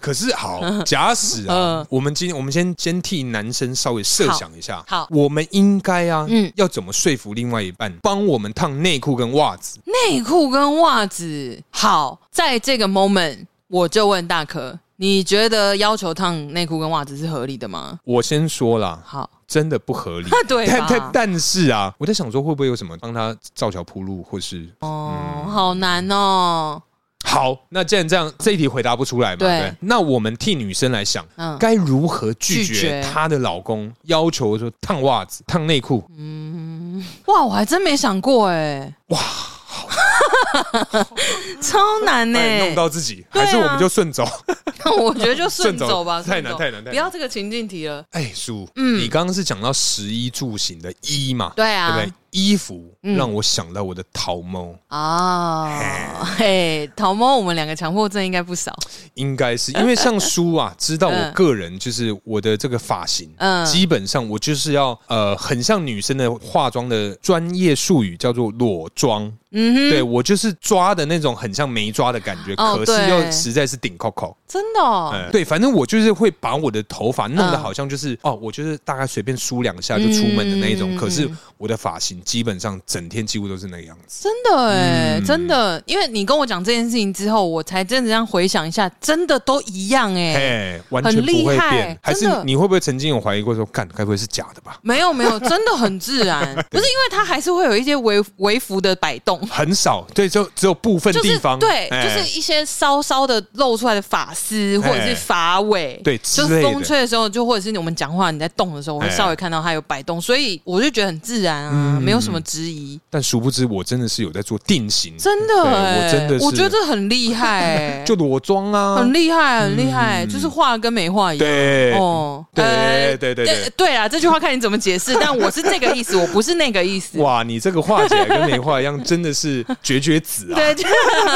可是好，假使啊嗯，我们今天我们先先替男生稍微设想一下，好好我们应该啊，嗯要怎么说服另外一半帮我们烫内裤跟袜子？内裤跟袜子，好，在这个 moment，我就问大可，你觉得要求烫内裤跟袜子是合理的吗？我先说啦，好，。真的不合理 对吧但但但是啊，我在想说会不会有什么帮他造桥铺路，或是哦，嗯好难哦，好？那既然这样，这一题回答不出来嘛？对对，那我们替女生来想嗯，该如何拒拒绝绝她的老公要求说烫袜子、烫内裤？哇，我还真没想过哎， 哇，超难呢、欸哎，弄到自己，对啊还是我们就顺走？ 那我觉得就顺走吧，顺走顺走太难太难太难不要这个情境题了。哎，叔，你刚刚是讲到食衣住行的衣嘛？嗯对啊嗯对不对？衣服让我想到我的桃猫，啊，嘿，桃猫，我们两个强迫症应该不少。应该是因为像叔啊，知道我个人就是我的这个发型，嗯基本上我就是要呃，很像女生的化妆的专业术语叫做裸妆，嗯哼，对我就是抓的那种很像没抓的感觉，哦可是对又实在是顶 Coco，、真的、哦嗯对，反正我就是会把我的头发弄得嗯好像就是、哦，我就是大概随便梳两下就出门的那一种，嗯可是我的发型基本上整天几乎都是那个样子。真的哎、嗯真的，因为你跟我讲这件事情之后，我才真的这样回想一下，真的都一样哎、哎，完全不很会厉害变，还是真的你会不会曾经有怀疑过说，干，该不会是假的吧？没有没有，真的很自 然，不是因为它还是会有一些微微幅的摆动，很少，对，就只有部分就是地方，对，哎就是一些稍稍的露出来的发丝或者是发尾，对就之是类的风吹的时候，就或者是我们讲话你在动的时候，我会哎嗯稍微看到它有摆动，所以我就觉得很自然啊，没有什么质疑，但殊不知我真的是有在做定型，真的对哎、我真的是我觉得这很厉害、哎 就裸妆啊， 很厉害，很厉害，就是画跟没画一样。对，哦，对呃对对对呃对啦，这句话看你怎么解释，但我是这个 意思，我不是那个意思。哇，你这个画起来跟没画一样，真的是绝绝子啊！ 对，就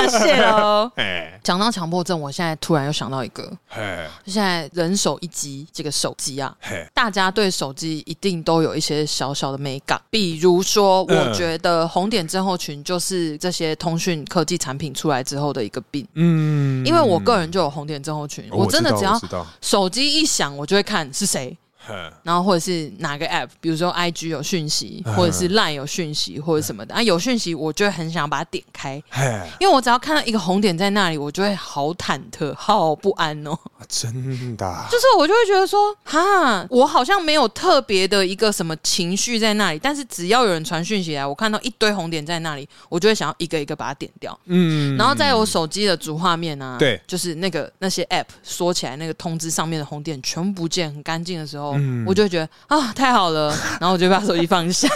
谢喽。哎讲到强迫症，我现在突然又想到一个，哎就现在人手一机，这个手机啊，哎，大家对手机一定都有一些小小的美感，比如说，我嗯觉得红点症候群就是这些通讯科技产品出来之后的一个病，嗯因为我个人就有红点症候群，哦我真的知道只要我知道手机一响，我就会看是谁，哎然后或者是哪个 app，比如说 IG 有讯息，嗯或者是 Line 有讯息，或者什么的啊，有讯息我就会很想要把它点开，哎，因为我只要看到一个红点在那里，我就会好忐忑、好不安哦。真的啊， 就是我就会觉得说，哈，我好像没有特别的一个什么情绪在那里，但是只要有人传讯息来，我看到一堆红点在那里，我就会想要一个一个把它点掉。嗯然后在我手机的主画面啊，对就是那个那些 app 说起来那个通知上面的红点全部不见，很干净的时候，嗯我就会觉得啊太好 了，然后我就把手机放下。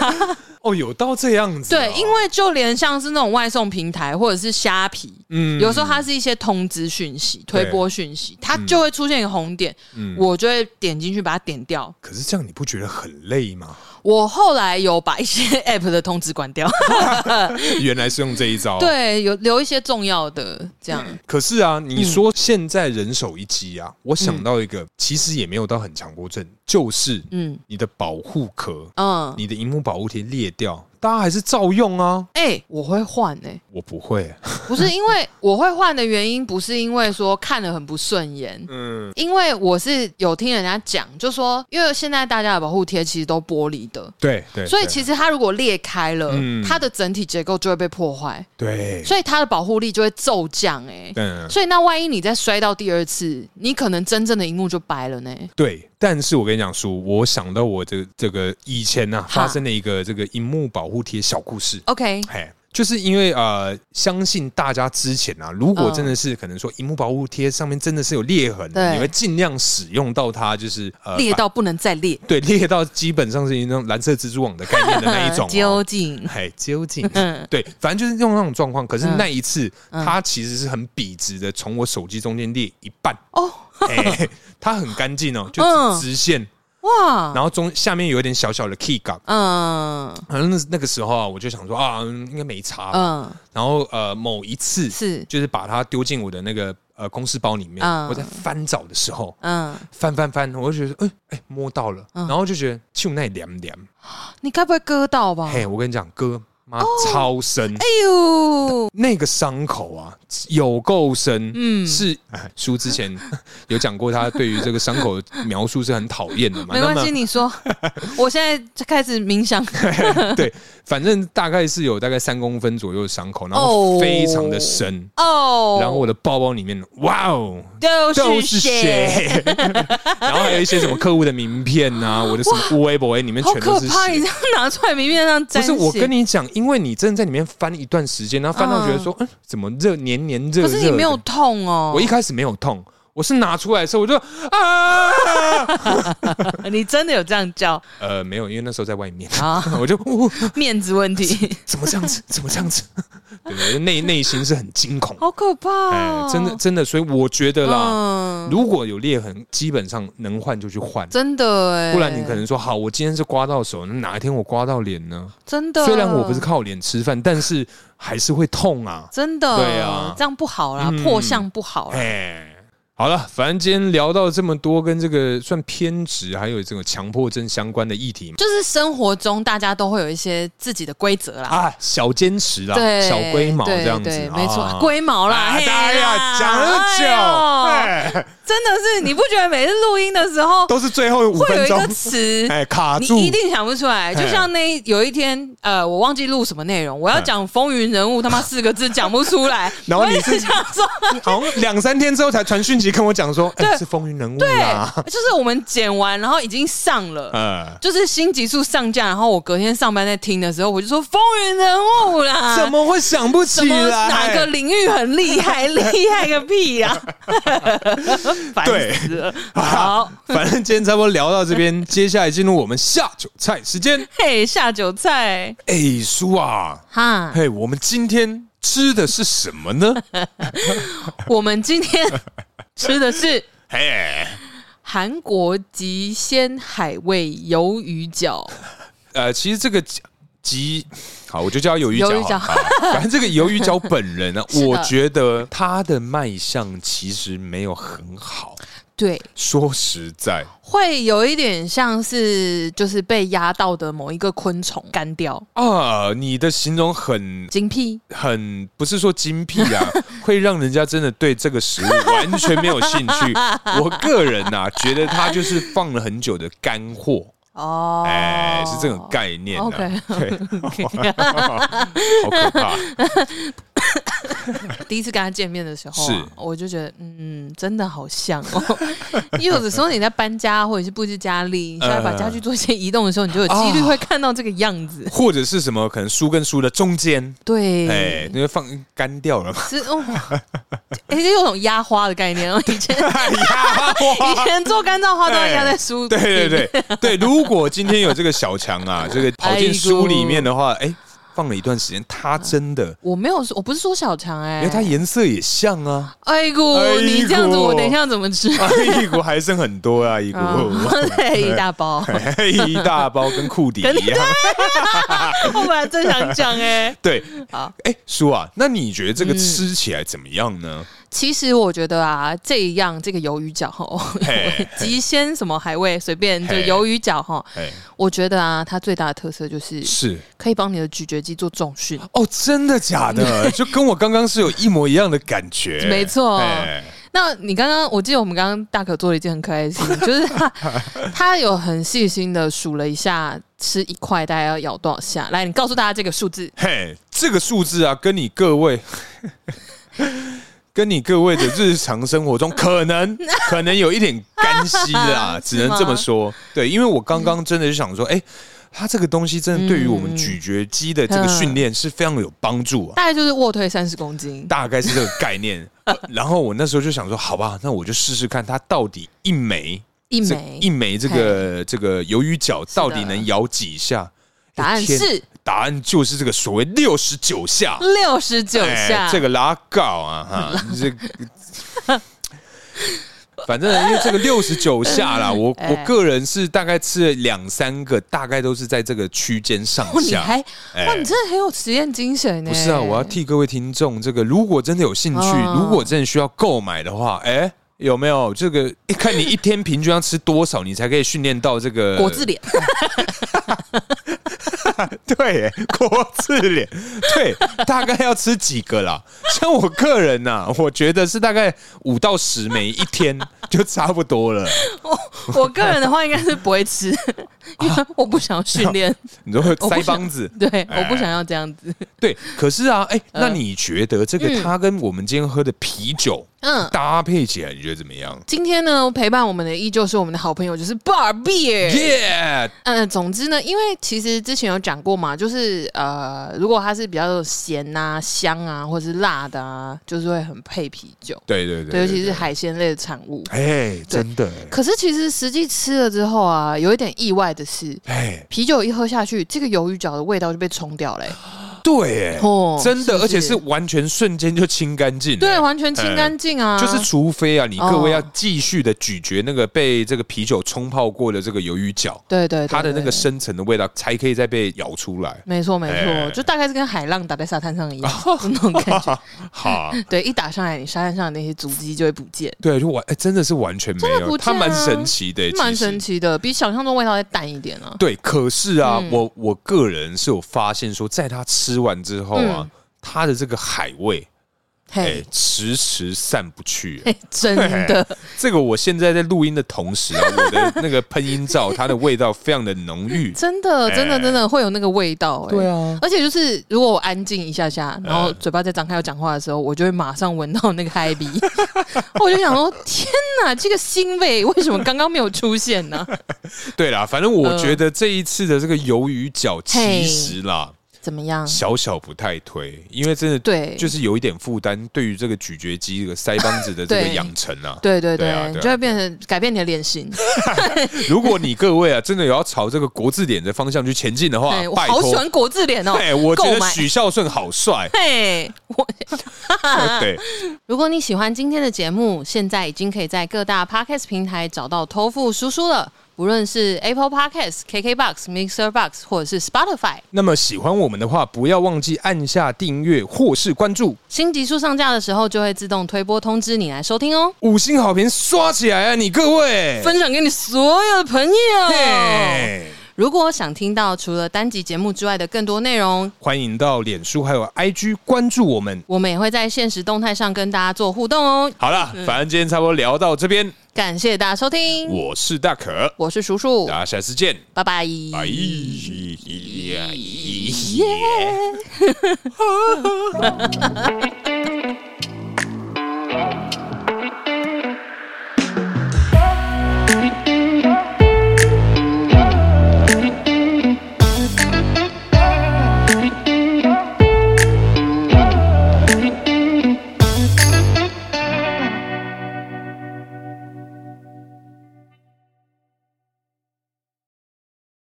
哦，有到这样子 哦、对，因为就连像是那种外送平台或者是虾皮，嗯有时候它是一些通知讯息、推播讯息，它就会出现一个红点，嗯我就会点进去把它点掉。可是这样你不觉得很 累吗？我后来有把一些 app 的通知关掉，原来是用这一 招。，对，有留一些重要的这样。可是嗯啊，你说现在人手一机啊，我想到一个，其实也没有到很强迫症，就是嗯你的保护壳，嗯，你的荧幕保护贴裂掉，大家还是照用啊。哎、我会换哎、我不会，不是因为我会换的原因，不是因为说看了很不顺眼，嗯，因为我是有听人家讲，就说因为现在大家的保护贴其实都玻璃的，对对，所以对其实它如果裂开了，嗯它的整体结构就会被破坏，对，所以它的保护力就会骤降、欸。嗯，所以那万一你再摔到第二次，你可能真正的荧幕就白了呢。对，但是我跟你讲，叔，我想到我这这个以前啊，哈发生了一个这个荧幕保护贴小故事。 OK，哎，就是因为呃，相信大家之前啊，如果真的是可能说荧幕保护贴上面真的是有裂痕的，对你会尽量使用到它，就是呃裂把到不能再裂，对裂到基本上是那种蓝色蜘蛛网的概念的那 一种、呃究哦。竟，哎，究竟嗯对，反正就是用那种状况。可是嗯那一次，嗯它其实是很笔直的，从我手机中间裂一半。哦，哎， 它很干净哦，就嗯是直线，哇，然后中下面有一点小小的 key 杠。嗯反正那那个时候啊，我就想说啊，嗯应该没差吧。嗯，然后呃，某一次是，就是把它丢进我的那个呃公事包里面。嗯我在翻找的时候，嗯，翻翻翻，我就觉得，哎、哎、摸到了，然后就觉得就那凉凉。嗯你该不会割到吧？嘿，我跟你讲，哥妈超深，哦哎呦，那个伤口啊有够深。嗯，是，哎叔之前 有讲过，他对于这个伤口的描述是很讨厌的嘛。没那关么系，你 说，我现在就开始冥想。对，反正大概是有大概三公分左右的伤口，然哦后非常的深。哦，然后我的包包里面，哇哦，都都是是血， 血，然后还有一些什么客户的名片啊，我的什么微博里面好全可都是怕！你血这。样拿出来，明面上不沾是血。我跟你讲，因为你真的在里面翻一段时间，然后翻到觉得说，嗯，怎么热黏黏热热可的？是你没有痛哦，我一开始没有痛，我是拿出来的时候我就啊， 你真的有这样叫呃，没有，因为那时候在外面，啊？我就哦，面子问 题，怎么这样 子？怎么这样子？对，我就内内心是很惊恐，好可怕哎哦！，真的真的，所以我觉得啦，嗯，如果有裂痕，基本上能换就去换。真的哎，不然你可能说好，我今天是刮到手，那哪一天我刮到脸呢？真的，虽然我不是靠脸吃饭，但是还是会 痛啊。真的，对啊这样不好啦，嗯破相不好啦。哎，好了，反正今天聊到这么多跟这个算偏执还有这种强迫症相关的议题嘛就是生活中大家都会有一些自己的规则啦，啊，小坚持啦，对，小龟毛对这样子对，啊没错，龟毛啦，啊嘿大啦家讲哎呦了久，哎真的是，你不觉得每次录音的时候都是最后五会有分一钟个，词， 哎，卡你住，一定想不出来？就像那一有一天，呃，我忘记录什么内容，我要讲风云人物，他妈四个字讲不出来， 然后我你一直是想 说，好像两三天之后才传讯息跟我讲说，哎，是风云人物对啦，，就是我们剪完，然后已经上了。 呃，就是新集数上架，然后我隔天上班在听的时候，我就说风云人物啦，怎么会想不起什啊么来？哪 个领域很厉害，厉害个屁呀、烦对死了。好，反正今天差不多聊到这边，接下来进入我们下酒菜时间。嘿，下酒菜哎、叔啊，哈，嘿，我们今天吃的是什么呢？ 我们今天吃的是嘿，韩国极鲜海味鱿鱼饺，呃，其实这个鸡，好，我就叫鱿鱼饺啊鱿鱼饺好了。好反正这个鱿鱼饺本人呢、 是的我觉得它的卖相其实没有很好。对，说实在，会有一点像是就是被压到的某一个昆虫干掉，啊，你的形容很精辟。很不是说精辟 啊，会让人家真的对这个食物完全没有兴趣。我个人呐、觉得它就是放了很久的干货，哦，哎、是这种 概念、啊。 OK 对，好可怕。第一次跟他见面的时候、是啊，我就觉得，嗯，真的好像哦。 因为有的时候你在搬家或者是布置家里，你现在把家具做一些移动的时候，你就有哦几率会看到这个样子。或者是什么？可能书跟书的中间，哎、对，因为放干掉 了嘛。是哦，哎、这有种压花的概念 哦。以前哎呀，以前做干燥花都要压在书里，对对对对，如果今天有这个小强 啊，这个跑进书里面的话，哎、放了一段时间，它真的，我没有说，我不是说小强嗯哎、因为它颜色也像啊，哎呦，哎呦你这样子，我等一下怎么吃？ 啊，一股还剩很多啊，一股。哎啊 对，一大包。 一大包跟库底一样，我本来正想讲哎、对，好，哎、叔啊，那你觉得这个吃起来怎么样呢？其实我觉得啊，这样这个鱿鱼饺哈， 嘿，极鲜什么海味随便，就嘿鱿鱼饺哈，哎，我觉得啊，它最大的特色就是是可以帮你的咀嚼肌做重训。哦，真的假 的？就跟我刚刚是有一模一样的感觉，没错哎那你刚刚，我记得我们刚刚大可做了一件很可爱的事 情，就是他他有很细心的数了一下，吃一块大概要咬多少下。来，你告诉大家这个数字。嘿，这个数字啊，跟你各位， 跟你各位的日常生活中，可能可能有一点干系啦，只是能吗这么说。对，因为我刚刚真的是想说，哎、它这个东西真的对于我们咀嚼肌的这个训练是非常有帮助啊，大概就是卧推三十公斤，大概是这个概 念。呃然后我那时候就想说，好吧，那我就试试看，它到底一枚一这枚。一枚这个这个鱿鱼饺的到底能咬几下？答案天是答案就是这个所谓六十九下。六十九下、哎这个拉高啊， 哈，这个。反正因为这个六十九下啦，我 哎我个人是大概吃了两三个，大概都是在这个区间上哇，哦你下。还、哎哇，你真的很有实验精神欸呢、不是啊，我要替各位听众，这个如果真的有兴趣，哦如果真的需要购买的话，哎、有没有这个？哎看你一天平均要吃多少，你才可以训练到这个果字脸， 对，哎国字脸， 对，大概要吃几个啦？像我个人呐、我觉得是大概五到十枚一天就差不 多了。我个人的话应该是不会 啊吃，因为我不想要训练，你说我不腮想帮子，对， 哎我不想要这样子。对，可是啊，哎、呃那你觉得这个它跟我们今天喝的啤酒嗯，搭配起来，你觉得怎么样？今天呢，陪伴我们的依旧是我们的好朋友，就是 Bar Beer。耶、嗯，总之呢，因为其实之前有讲过嘛，就是呃，如果它是比较咸啊、香啊，或者是辣的啊，就是会很配啤酒，对对对，对尤对其是对海鲜类的产物。哎、真的可是其实实际吃了之后啊，有一点意外的是，哎、啤酒一喝下去，这个鱿鱼饺的味道就被冲掉了、欸对哎、哦真的，不而且是完全瞬间就清干净了。对，完全清干净啊，哎就是除非啊，你哦各位要继续的咀嚼那个被这个啤酒冲泡过的这个鱿鱼饺，对对对，它的那个对深层的味道才可以再被咬出来。没错没错，哎哦就大概是跟海浪打在沙滩上一样、那种感觉。 哈，对，一打上来，你沙滩上的那些足迹就会不见，对，就完，哎真的是完全没真的有，不它见啊蛮神奇的，蛮哎其实神。奇的，比想象中味道再淡一点啊。对，可是啊，嗯我我个人是有发现说，在它吃完之后啊，它的这个海嗯味，哎、哎嘿，迟迟散不去。嘿，真的，这个我现在在录音的同时啊，我的那个喷音罩，它的味道非常的浓郁。真的，真的，哎真的会有那个味道、哎。啊，而且就是，如果我安静一下下，然后嗯嘴巴再张开要讲话的时候，我就会马上闻到那个嗨鼻， 我就想说：天哪，这个腥味为什么刚刚没有出现 呢？对啦，反正我嗯觉得这一次的这个鱿鱼饺，嘿其实啦，怎么样？小小不太推，因为真的对，就是有一点负担，对于这个咀嚼肌、这个腮帮子的这个对养成啊。对对对，对啊对啊你就会变成改变你的脸型。如果你各位啊，真的有要朝这个国字脸的方向去前进的话对，我拜好喜 托。欢国字脸哦。哎，我觉购得买。许孝顺好帅 嘿，我 啊对，如果你喜欢今天的节目，现在已经可以在各大 podcast 平台找到偷富叔叔了，不论是 Apple Podcast、KKBox、Mixer Box 或者是 Spotify。那么喜欢我们的话，不要忘记按下订阅或是关注，新集数上架的时候，就会自动推播通知你来收听哦。五星好评刷起来啊！你各位，分享给哦你所有的朋友。嘿如果想听到除了单集节目之外的更多内容，欢迎到脸书还有 IG 关注我们。我们也会在现实动态上跟大家做互动哦。好了，反正今天差不多聊到这边，感谢大家收听，我是大可，我是叔叔，大家下次见，拜拜。拜。耶 Thank you.